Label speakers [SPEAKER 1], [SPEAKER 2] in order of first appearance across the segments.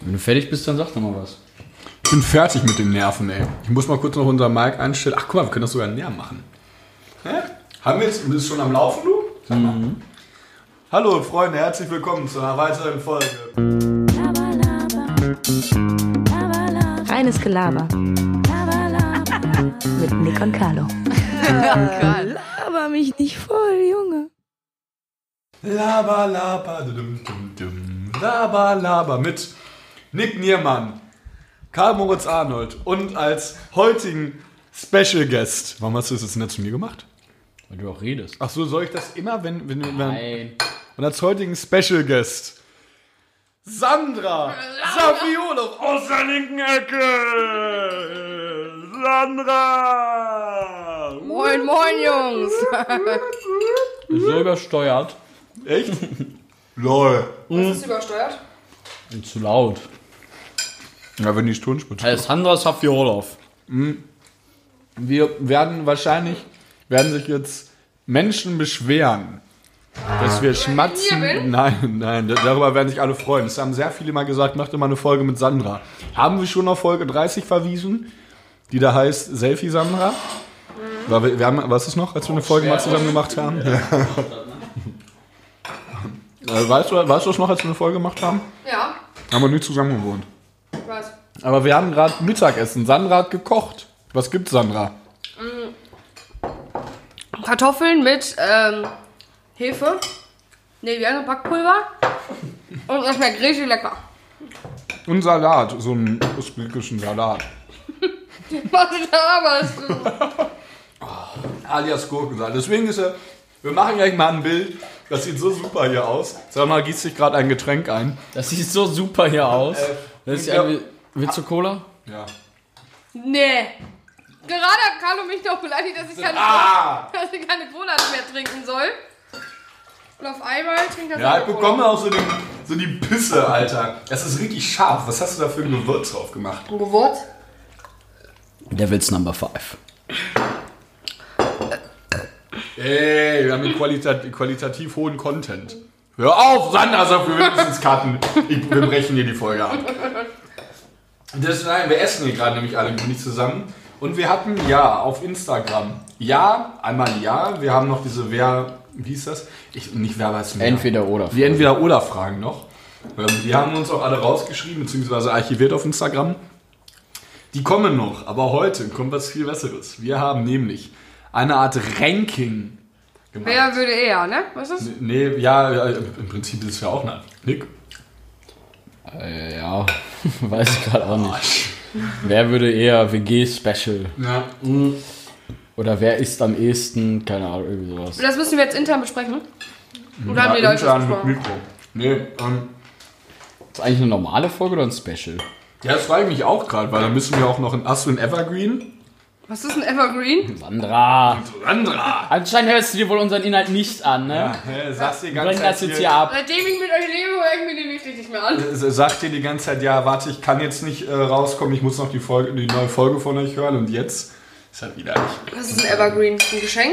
[SPEAKER 1] Wenn du fertig bist, dann sag doch mal was.
[SPEAKER 2] Ich bin fertig mit den Nerven, ey. Ich muss mal kurz noch unser Mic einstellen. Ach, guck mal, wir können das sogar näher machen. Hä? Haben wir jetzt, bist du schon am Laufen, du? Sag mal. Hallo, Freunde, herzlich willkommen zu einer weiteren Folge.
[SPEAKER 3] Reines Gelaber mit Nick und Carlo. Laber mich nicht voll, Junge.
[SPEAKER 2] Laba, laba, dum, dum, dum, laba, laba mit Nick Niermann, Karl Moritz Arnold und als heutigen Special Guest. Warum hast du das jetzt nicht zu mir gemacht?
[SPEAKER 1] Weil du auch redest.
[SPEAKER 2] Ach so, soll ich das immer, wenn, wenn, wenn
[SPEAKER 1] Nein.
[SPEAKER 2] Und als heutigen Special Guest Sandra Saviolo aus der linken Ecke. Sandra!
[SPEAKER 4] Moin, moin, Jungs.
[SPEAKER 1] So übersteuert
[SPEAKER 2] Echt? Lol.
[SPEAKER 4] Das ist übersteuert.
[SPEAKER 1] und zu laut.
[SPEAKER 2] Ja, wenn die
[SPEAKER 1] Also,
[SPEAKER 2] Tonspitze.
[SPEAKER 1] Alessandra Safiolov.
[SPEAKER 2] Wir werden wahrscheinlich, werden sich jetzt Menschen beschweren, dass wir schmatzen.
[SPEAKER 4] Nibel?
[SPEAKER 2] Nein, nein, da- darüber werden sich alle freuen. Es haben sehr viele mal gesagt, macht immer eine Folge mit Sandra. Haben wir schon auf Folge 30 verwiesen, die da heißt Selfie Sandra? War, wir, wir haben, was ist noch, als wir eine Folge mal zusammen gemacht haben? Äh, weißt, du, weißt du das noch, als wir eine Folge gemacht haben?
[SPEAKER 4] Ja,
[SPEAKER 2] Haben wir nie zusammen gewohnt.
[SPEAKER 4] ich weiß.
[SPEAKER 2] Aber wir haben gerade Mittagessen. Sandra hat gekocht. Was gibt's, Sandra?
[SPEAKER 4] Kartoffeln mit ähm, Hefe. Ne, wie andere Backpulver. Und das schmeckt richtig lecker.
[SPEAKER 2] Und Salat, so einen usbekischen Salat.
[SPEAKER 4] Was laberst du?
[SPEAKER 2] Alias Gurkensalat. Deswegen ist er. Wir machen gleich mal ein Bild. Das sieht so super hier aus. Sag mal, gießt sich gerade ein Getränk ein.
[SPEAKER 1] Das sieht so super hier aus. Das ist
[SPEAKER 2] ich glaub-
[SPEAKER 1] Äh, ja, willst du Cola?
[SPEAKER 2] Ja.
[SPEAKER 4] Nee. Gerade hat Carlo mich noch beleidigt, dass ich keine,
[SPEAKER 2] Ah!
[SPEAKER 4] dass ich keine Cola mehr trinken soll. Und auf einmal trinkt er
[SPEAKER 2] Ja,
[SPEAKER 4] seine
[SPEAKER 2] ich
[SPEAKER 4] Cola.
[SPEAKER 2] bekomme auch so die, so die Pisse, Alter. Das ist richtig scharf. Was hast du da für ein Gewürz drauf gemacht?
[SPEAKER 4] Ein Gewürz?
[SPEAKER 1] Devils Number 5.
[SPEAKER 2] Ey, wir haben einen qualita- qualitativ hohen Content. Hör auf, Sandra, sag wir wenigstens Karten. Ich, wir brechen hier die Folge ab. Das, nein, wir essen hier gerade nämlich alle Muni zusammen. Und wir hatten ja auf Instagram. Ja, einmal ja. Wir haben noch diese Wer. Wie hieß das? Ich, nicht Wer weiß mehr.
[SPEAKER 1] Entweder oder.
[SPEAKER 2] Die Entweder-Oder-Fragen noch. Ähm, Die haben uns auch alle rausgeschrieben, beziehungsweise archiviert auf Instagram. Die kommen noch, aber heute kommt was viel Besseres. Wir haben nämlich eine Art Ranking gemacht.
[SPEAKER 4] Wer würde eher, ne? Was ist das?
[SPEAKER 2] Nee, ja, ja, im Prinzip ist es ja auch eine Art. Nick?
[SPEAKER 1] Äh, ja, weiß ich gerade auch nicht. Wer würde eher WG-Special?
[SPEAKER 2] Ja.
[SPEAKER 1] Oder wer ist am ehesten? Keine Ahnung, irgendwie sowas.
[SPEAKER 4] Das müssen wir jetzt intern besprechen. ne? Oder haben die Leute das
[SPEAKER 2] mit
[SPEAKER 4] besprochen?
[SPEAKER 2] Mikro. Nee, ähm,
[SPEAKER 1] Ist eigentlich eine normale Folge oder ein Special?
[SPEAKER 2] ja, das frage ich mich auch gerade, weil da müssen wir auch noch ein. Hast du ein Evergreen?
[SPEAKER 4] Was ist ein Evergreen?
[SPEAKER 1] Sandra!
[SPEAKER 2] Sandra!
[SPEAKER 1] Anscheinend hörst du dir wohl unseren Inhalt nicht an, ne?
[SPEAKER 2] Hä, sagst dir die
[SPEAKER 1] Bring
[SPEAKER 2] ganze Zeit
[SPEAKER 1] das jetzt hier ab.
[SPEAKER 4] Seitdem ich mit euch lebe, höre ich mir den nicht richtig mehr an.
[SPEAKER 2] Äh, Sagt dir die ganze Zeit, ja, warte, ich kann jetzt nicht äh, rauskommen, ich muss noch die, Folge, die neue Folge von euch hören und jetzt ist halt wieder nicht.
[SPEAKER 4] Das ist ein Evergreen, ein Geschenk.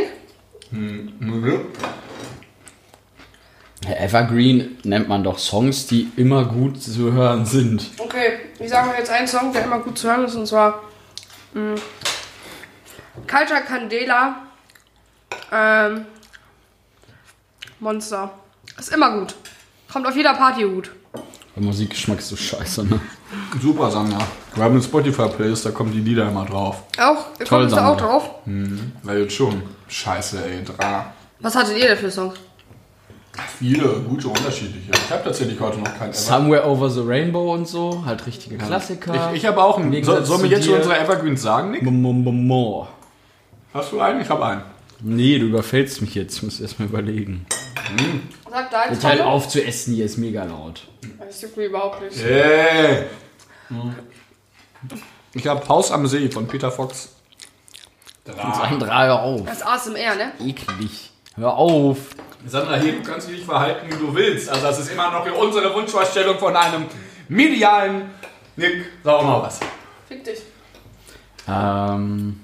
[SPEAKER 2] Mhm.
[SPEAKER 1] Ja, Evergreen nennt man doch Songs, die immer gut zu hören sind.
[SPEAKER 4] Okay, ich sage euch jetzt einen Song, der immer gut zu hören ist, und zwar mh, Culture Candela ähm, Monster. Ist immer gut. Kommt auf jeder Party gut.
[SPEAKER 1] Der Musikgeschmack ist so scheiße, ne?
[SPEAKER 2] Super, Sandra. Wir haben eine Spotify-Playlist, da kommen die Lieder immer drauf.
[SPEAKER 4] Auch, ihr
[SPEAKER 1] Toll,
[SPEAKER 4] kommt da auch
[SPEAKER 1] Sandra.
[SPEAKER 4] drauf.
[SPEAKER 2] Na, jetzt schon. Scheiße, ey, Dra.
[SPEAKER 4] Was hattet ihr denn für Songs?
[SPEAKER 2] Viele gute, unterschiedliche. Ich habe tatsächlich heute noch kein Evergreen.
[SPEAKER 1] Somewhere Over the Rainbow und so, halt richtige Klassiker.
[SPEAKER 2] Ich, ich habe auch einen.
[SPEAKER 1] Gegensatz
[SPEAKER 2] So, sollen
[SPEAKER 1] zu
[SPEAKER 2] wir jetzt schon
[SPEAKER 1] dir.
[SPEAKER 2] unsere Evergreens sagen, Nick?
[SPEAKER 1] More.
[SPEAKER 2] Hast du einen? Ich habe einen.
[SPEAKER 1] Nee, du überfällst mich jetzt. Ich muss erstmal überlegen.
[SPEAKER 4] Sagt da
[SPEAKER 1] Jetzt
[SPEAKER 4] jetzt
[SPEAKER 1] halt
[SPEAKER 4] Hallo?
[SPEAKER 1] auf zu essen, hier ist mega laut.
[SPEAKER 4] Das juckt mir überhaupt nicht.
[SPEAKER 2] Ey! Ich habe Haus am See von Peter Fox.
[SPEAKER 1] Sandra, hör auf.
[SPEAKER 4] Das ist ASMR, ne?
[SPEAKER 1] Eklig. Hör auf.
[SPEAKER 2] Sandra, hier, du kannst dich nicht verhalten, wie du willst. Also das ist immer noch hier unsere Wunschvorstellung von einem medialen Nick. Sag auch mal was.
[SPEAKER 4] Fick dich.
[SPEAKER 1] Ähm.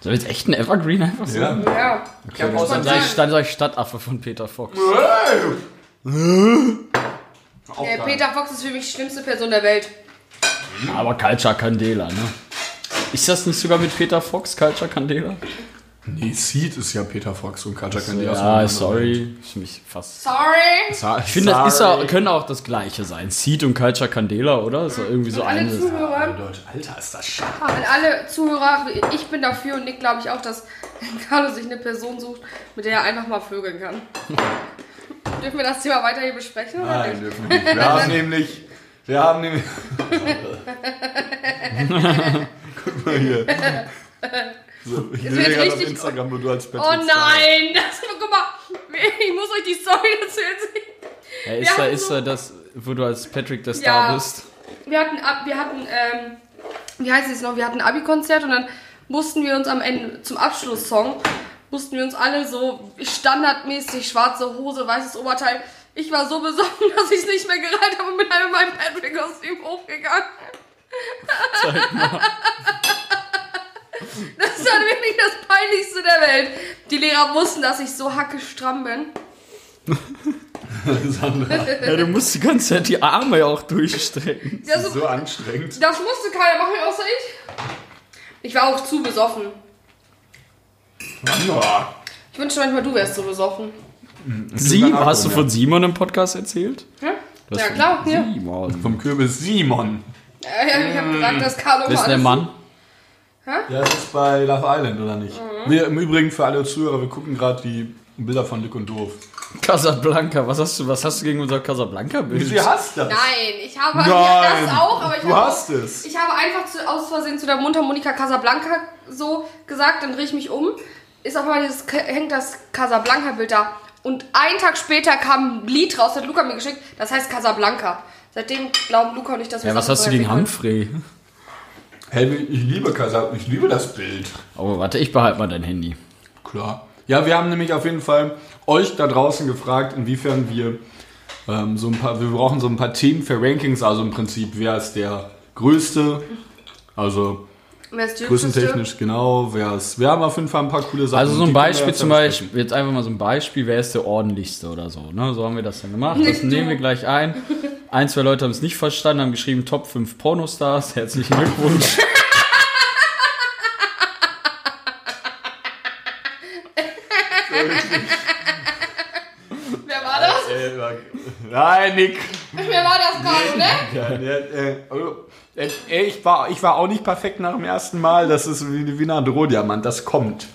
[SPEAKER 1] Soll jetzt echt ein Evergreen einfach sein?
[SPEAKER 2] Ja.
[SPEAKER 4] Ja.
[SPEAKER 2] Ich habe Haus am
[SPEAKER 1] Dann sag
[SPEAKER 2] See.
[SPEAKER 1] ich, dann sag ich Stadtaffe von Peter Fox.
[SPEAKER 2] Hey! Auch
[SPEAKER 4] Äh,
[SPEAKER 2] geil.
[SPEAKER 4] Peter Fox ist für mich die schlimmste Person der Welt.
[SPEAKER 2] Mhm.
[SPEAKER 1] Aber Culture Candela, ne? Ist das nicht sogar mit Peter Fox, Culture Candela?
[SPEAKER 2] Nee, Seed ist ja Peter Fox und Kaja Kandi.
[SPEAKER 1] Ja, sorry. Ich mich fast.
[SPEAKER 4] Sorry!
[SPEAKER 1] Ich finde, das ist auch, können auch das gleiche sein. Seed und Culture Candela, oder? Ist doch irgendwie so
[SPEAKER 4] Alle
[SPEAKER 1] eine.
[SPEAKER 4] Zuhörer,
[SPEAKER 2] Alter, ist das schade.
[SPEAKER 4] an alle Zuhörer, ich bin dafür und Nick glaube ich auch, dass Carlo sich eine Person sucht, mit der er einfach mal vögeln kann. Dürfen wir das Thema weiter hier besprechen? oder
[SPEAKER 2] Nein,
[SPEAKER 4] nicht?
[SPEAKER 2] dürfen wir nicht. Wir haben nämlich. Wir haben nämlich. Guck mal hier. So, ich
[SPEAKER 4] wird's
[SPEAKER 2] sehe gerade auf
[SPEAKER 4] richtig-
[SPEAKER 2] Instagram, wo du als Patrick
[SPEAKER 4] Oh
[SPEAKER 2] Star-
[SPEAKER 4] nein! Das, guck mal, ich muss euch die Story dazu erzählen.
[SPEAKER 1] Ja, ist da,
[SPEAKER 4] haben
[SPEAKER 1] ist
[SPEAKER 4] so-
[SPEAKER 1] da das, wo du als Patrick der
[SPEAKER 4] Ja.
[SPEAKER 1] Star bist?
[SPEAKER 4] wir hatten, Ab- wir hatten, ähm, wie heißt es noch, wir hatten ein Abi-Konzert und dann mussten wir uns am Ende, zum Abschlusssong, mussten wir uns alle so standardmäßig schwarze Hose, weißes Oberteil. Ich war so besoffen, dass ich es nicht mehr gereiht habe und bin dann mit meinem Patrick-Kostüm hochgegangen. Das war wirklich das Peinlichste der Welt. Die Lehrer wussten, dass ich so hacke stramm bin.
[SPEAKER 2] Sandra,
[SPEAKER 1] Ja, du musst die ganze Zeit die Arme ja auch durchstrecken.
[SPEAKER 4] Das
[SPEAKER 2] so anstrengend.
[SPEAKER 4] Das musste keiner machen, außer ich. Ich war auch zu besoffen.
[SPEAKER 2] Sandra.
[SPEAKER 4] Ich wünschte manchmal, du wärst so besoffen.
[SPEAKER 1] Sie,
[SPEAKER 2] Nachgucken,
[SPEAKER 1] hast du
[SPEAKER 2] ja.
[SPEAKER 1] von Simon im Podcast erzählt?
[SPEAKER 4] Hm?
[SPEAKER 1] Das
[SPEAKER 4] Ja, klar, hier.
[SPEAKER 1] Simon.
[SPEAKER 2] Vom Kürbis Simon.
[SPEAKER 4] Ja, ja, ich
[SPEAKER 1] Hm.
[SPEAKER 4] habe gesagt, dass Carlo
[SPEAKER 1] Wer ist
[SPEAKER 4] mal
[SPEAKER 1] der
[SPEAKER 4] alles-
[SPEAKER 1] Mann?
[SPEAKER 2] Ja, das ist bei Love Island, oder nicht?
[SPEAKER 4] Mhm.
[SPEAKER 2] Wir, Im Übrigen für alle Zuhörer, wir gucken gerade die Bilder von Dick und Doof.
[SPEAKER 1] Casablanca. Was hast du, was hast du gegen unser Casablanca-Bild?
[SPEAKER 2] Sie hasst das.
[SPEAKER 4] Nein, ich habe
[SPEAKER 2] Nein.
[SPEAKER 4] Ja, das auch, aber ich
[SPEAKER 2] Du
[SPEAKER 4] habe
[SPEAKER 2] hast
[SPEAKER 4] auch,
[SPEAKER 2] es.
[SPEAKER 4] Ich habe einfach zu, aus Versehen zu der Mundharmonika Casablanca so gesagt, dann drehe ich mich um. Ist auf einmal dieses, hängt das Casablanca-Bild da. Und einen Tag später kam ein Lied raus, hat Luca mir geschickt, das heißt Casablanca. Seitdem glauben Luca und ich, dass wir
[SPEAKER 1] Ja, was
[SPEAKER 4] es
[SPEAKER 1] hast du gegen
[SPEAKER 4] auseinanderhalten
[SPEAKER 1] Humphrey?
[SPEAKER 2] Hey, ich liebe Kasa, ich liebe das Bild.
[SPEAKER 1] Oh, warte, ich behalte mal dein Handy.
[SPEAKER 2] Klar. Ja, wir haben nämlich auf jeden Fall euch da draußen gefragt, inwiefern wir ähm, so ein paar, wir brauchen so ein paar Themen für Rankings, also im Prinzip, wer ist der größte, also
[SPEAKER 4] können. Wer ist die
[SPEAKER 2] größentechnisch genau, wer ist, wir haben auf jeden Fall ein paar coole Sachen.
[SPEAKER 1] Also so
[SPEAKER 2] Die
[SPEAKER 1] ein
[SPEAKER 2] können wir
[SPEAKER 1] Beispiel
[SPEAKER 2] jetzt
[SPEAKER 1] zum
[SPEAKER 2] ja
[SPEAKER 1] Beispiel, jetzt einfach mal so ein Beispiel, wer ist der ordentlichste oder so, ne? So haben wir das dann gemacht. Das
[SPEAKER 4] Nicht
[SPEAKER 1] nehmen
[SPEAKER 4] du.
[SPEAKER 1] wir gleich ein. Ein, zwei Leute haben es nicht verstanden, haben geschrieben Top 5 Pornostars. Herzlichen Glückwunsch.
[SPEAKER 4] besprechen? Wer war das?
[SPEAKER 2] besprechen. Äh, Nein, Nick.
[SPEAKER 4] Wer war das Carlo, ne?
[SPEAKER 2] Ja, äh, also, äh, ich, war, ich war auch nicht perfekt nach dem ersten Mal, das ist wie, wie ein Rohdiamant, das kommt.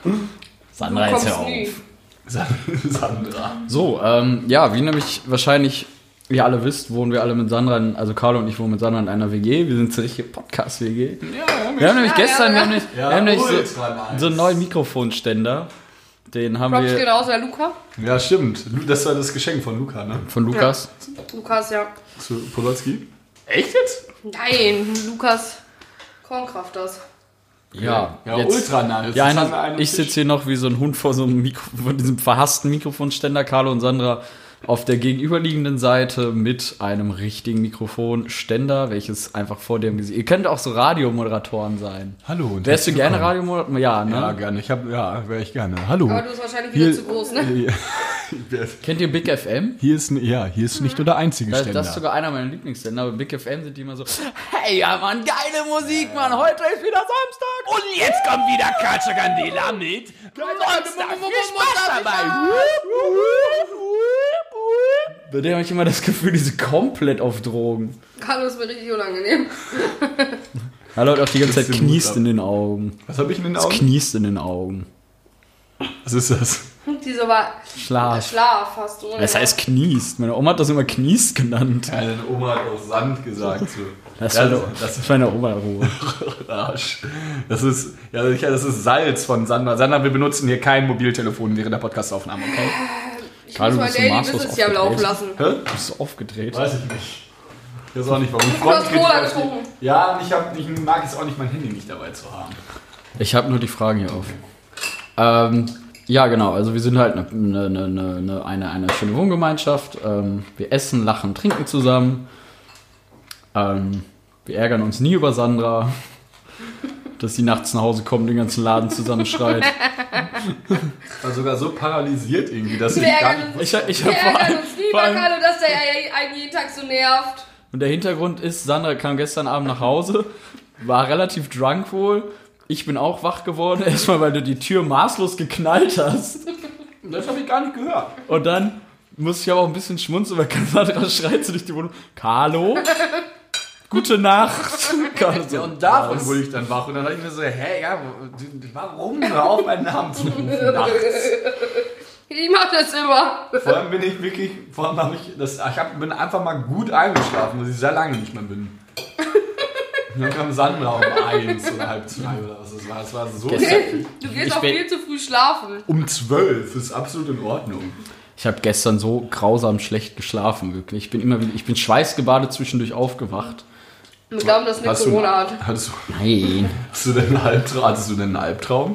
[SPEAKER 1] Sandra, jetzt hör
[SPEAKER 4] Kommst nie.
[SPEAKER 1] auf.
[SPEAKER 2] Sandra.
[SPEAKER 1] So, ähm, ja, wie nämlich wahrscheinlich ihr alle wisst, wohnen wir alle mit Sandra, in, also Carlo und ich wohnen mit Sandra in einer WG. Wir sind so richtige Podcast-WG. wir haben nämlich
[SPEAKER 4] Ja,
[SPEAKER 1] gestern, wir
[SPEAKER 4] ja, ja.
[SPEAKER 1] haben nämlich,
[SPEAKER 2] Ja,
[SPEAKER 1] wir haben nämlich so,
[SPEAKER 2] ultra nice.
[SPEAKER 1] so einen neuen Mikrofonständer. Den haben
[SPEAKER 4] Props
[SPEAKER 1] wir
[SPEAKER 4] genauso, der Luca.
[SPEAKER 2] Ja, stimmt. Lu- Das war das Geschenk von Luca, ne?
[SPEAKER 1] von Lukas.
[SPEAKER 4] Lukas, ja.
[SPEAKER 2] Zu Podolski. Echt jetzt?
[SPEAKER 4] Nein, Lukas Kornkraft das.
[SPEAKER 1] Ja,
[SPEAKER 2] Ja,
[SPEAKER 1] jetzt-
[SPEAKER 2] ultra nice.
[SPEAKER 1] Ja,
[SPEAKER 2] Jetzt haben wir
[SPEAKER 1] eine,
[SPEAKER 2] einen
[SPEAKER 1] ich
[SPEAKER 2] Tisch.
[SPEAKER 1] sitze hier noch wie so ein Hund vor so einem Mikro, vor diesem verhassten Mikrofonständer. Carlo und Sandra auf der gegenüberliegenden Seite mit einem richtigen Mikrofonständer, welches einfach vor dem Gesicht. Ihr könnt auch so Radiomoderatoren sein.
[SPEAKER 2] Hallo. und
[SPEAKER 1] Wärst du
[SPEAKER 2] herzlich
[SPEAKER 1] gerne
[SPEAKER 2] willkommen.
[SPEAKER 1] Radiomoderator? Ja, ne?
[SPEAKER 2] Ja, gerne. Ich hab, ja, wäre ich gerne. Hallo.
[SPEAKER 4] Aber du bist wahrscheinlich wieder
[SPEAKER 2] Hier-
[SPEAKER 4] zu groß, ne?
[SPEAKER 2] Ja.
[SPEAKER 1] Kennt ihr Big FM?
[SPEAKER 2] Hier ist, n- ja, hier
[SPEAKER 4] Hm.
[SPEAKER 2] ist nicht nur der einzige
[SPEAKER 1] Das,
[SPEAKER 2] Ständer.
[SPEAKER 1] das ist sogar einer meiner Lieblingssender, aber Big FM sind die immer so, hey, ja, Mann, geile Musik, Mann, heute ist wieder Samstag. Und
[SPEAKER 5] Jetzt kommt wieder Katscha Candela mit Monster. Viel Spaß dabei.
[SPEAKER 1] bei dem habe ich immer das Gefühl, die sind komplett auf Drogen.
[SPEAKER 4] Carlo ist mir richtig unangenehm.
[SPEAKER 1] Ja, Leute, auch die ganze
[SPEAKER 2] Kriegst
[SPEAKER 1] Zeit
[SPEAKER 2] den Mut
[SPEAKER 1] kniest
[SPEAKER 2] ab.
[SPEAKER 1] in den Augen.
[SPEAKER 2] Was habe ich in den
[SPEAKER 1] Es
[SPEAKER 2] Augen?
[SPEAKER 1] kniest in den Augen.
[SPEAKER 2] Was ist das?
[SPEAKER 4] Diese war
[SPEAKER 1] Schlaf.
[SPEAKER 4] Schlaf hast du.
[SPEAKER 1] Ah, Das heißt kniest. Meine Oma hat das immer kniest genannt.
[SPEAKER 2] Ja, deine Oma hat auch Sand gesagt. So.
[SPEAKER 1] Das,
[SPEAKER 2] ja,
[SPEAKER 1] war meine,
[SPEAKER 2] das ist
[SPEAKER 1] das war meine Oma Ruhe.
[SPEAKER 2] Arsch. Das ist, ja, ich- das ist Salz von Sandra. Sandra, wir benutzen hier kein Mobiltelefon während der Podcastaufnahme, okay?
[SPEAKER 4] ich
[SPEAKER 1] Carlo,
[SPEAKER 4] muss mein
[SPEAKER 1] bist du
[SPEAKER 4] Daily
[SPEAKER 1] maßlos
[SPEAKER 4] Business hier am Laufen
[SPEAKER 1] aufgedreht?
[SPEAKER 4] lassen.
[SPEAKER 2] Hä?
[SPEAKER 1] Du bist aufgedreht.
[SPEAKER 2] Weiß ich nicht. Ich weiß auch nicht, warum.
[SPEAKER 4] Du hast
[SPEAKER 2] Freundlich
[SPEAKER 4] Cola
[SPEAKER 2] geht's auf die-
[SPEAKER 4] getrunken.
[SPEAKER 2] Ja, und ich, hab, ich mag es auch nicht, mein Handy nicht dabei zu haben.
[SPEAKER 1] Ich habe nur die Fragen hier auf. Ähm, ja, genau. Also wir sind halt eine, eine, eine, eine, eine schöne Wohngemeinschaft. Ähm, wir essen, lachen, trinken zusammen. Ähm, wir ärgern uns nie über Sandra. dass sie nachts nach Hause kommen und den ganzen Laden zusammenschreit.
[SPEAKER 2] war sogar so paralysiert irgendwie, dass
[SPEAKER 4] Wir
[SPEAKER 2] ich gar
[SPEAKER 4] ärgern
[SPEAKER 2] nicht
[SPEAKER 4] uns.
[SPEAKER 1] Ich, ich
[SPEAKER 4] Wir
[SPEAKER 1] hab vor
[SPEAKER 4] ärgern
[SPEAKER 1] allem,
[SPEAKER 4] uns
[SPEAKER 1] vor
[SPEAKER 4] lieber,
[SPEAKER 1] allem,
[SPEAKER 4] Carlo, dass der einen jeden Tag so nervt.
[SPEAKER 1] und der Hintergrund ist, Sandra kam gestern Abend nach Hause, war relativ drunk wohl. Ich bin auch wach geworden, erstmal weil du die Tür maßlos geknallt hast.
[SPEAKER 2] Das habe ich gar nicht gehört.
[SPEAKER 1] Und dann muss ich aber auch ein bisschen schmunzeln, weil Cassandra schreit so durch die Wohnung. Carlo? Gute Nacht. Carlo so,
[SPEAKER 2] Ja, und davon Also, wurde ich dann wach. Und dann dachte ich mir so, hä, ja, warum? Hör auf, meinen Namen zu rufen nachts.
[SPEAKER 4] Ich mach das immer.
[SPEAKER 2] Vor allem bin ich wirklich, vor allem habe ich, das, ich hab, bin einfach mal gut eingeschlafen, was ich sehr lange nicht mehr bin. Und dann kam Sandra um eins oder halb zwei oder was das war. Es war so...
[SPEAKER 1] Gestern-
[SPEAKER 4] Du gehst
[SPEAKER 1] Ich
[SPEAKER 4] auch
[SPEAKER 1] bin-
[SPEAKER 4] viel zu früh schlafen.
[SPEAKER 2] Um zwölf ist absolut in Ordnung.
[SPEAKER 1] Ich habe gestern so grausam schlecht geschlafen, wirklich. Ich bin immer wieder, ich bin schweißgebadet zwischendurch aufgewacht.
[SPEAKER 4] Wir glauben, dass Nick Corona hat.
[SPEAKER 2] Hattest, du-
[SPEAKER 1] Nein.
[SPEAKER 2] hast du denn einen Albtraum? Hattest du denn einen Albtraum?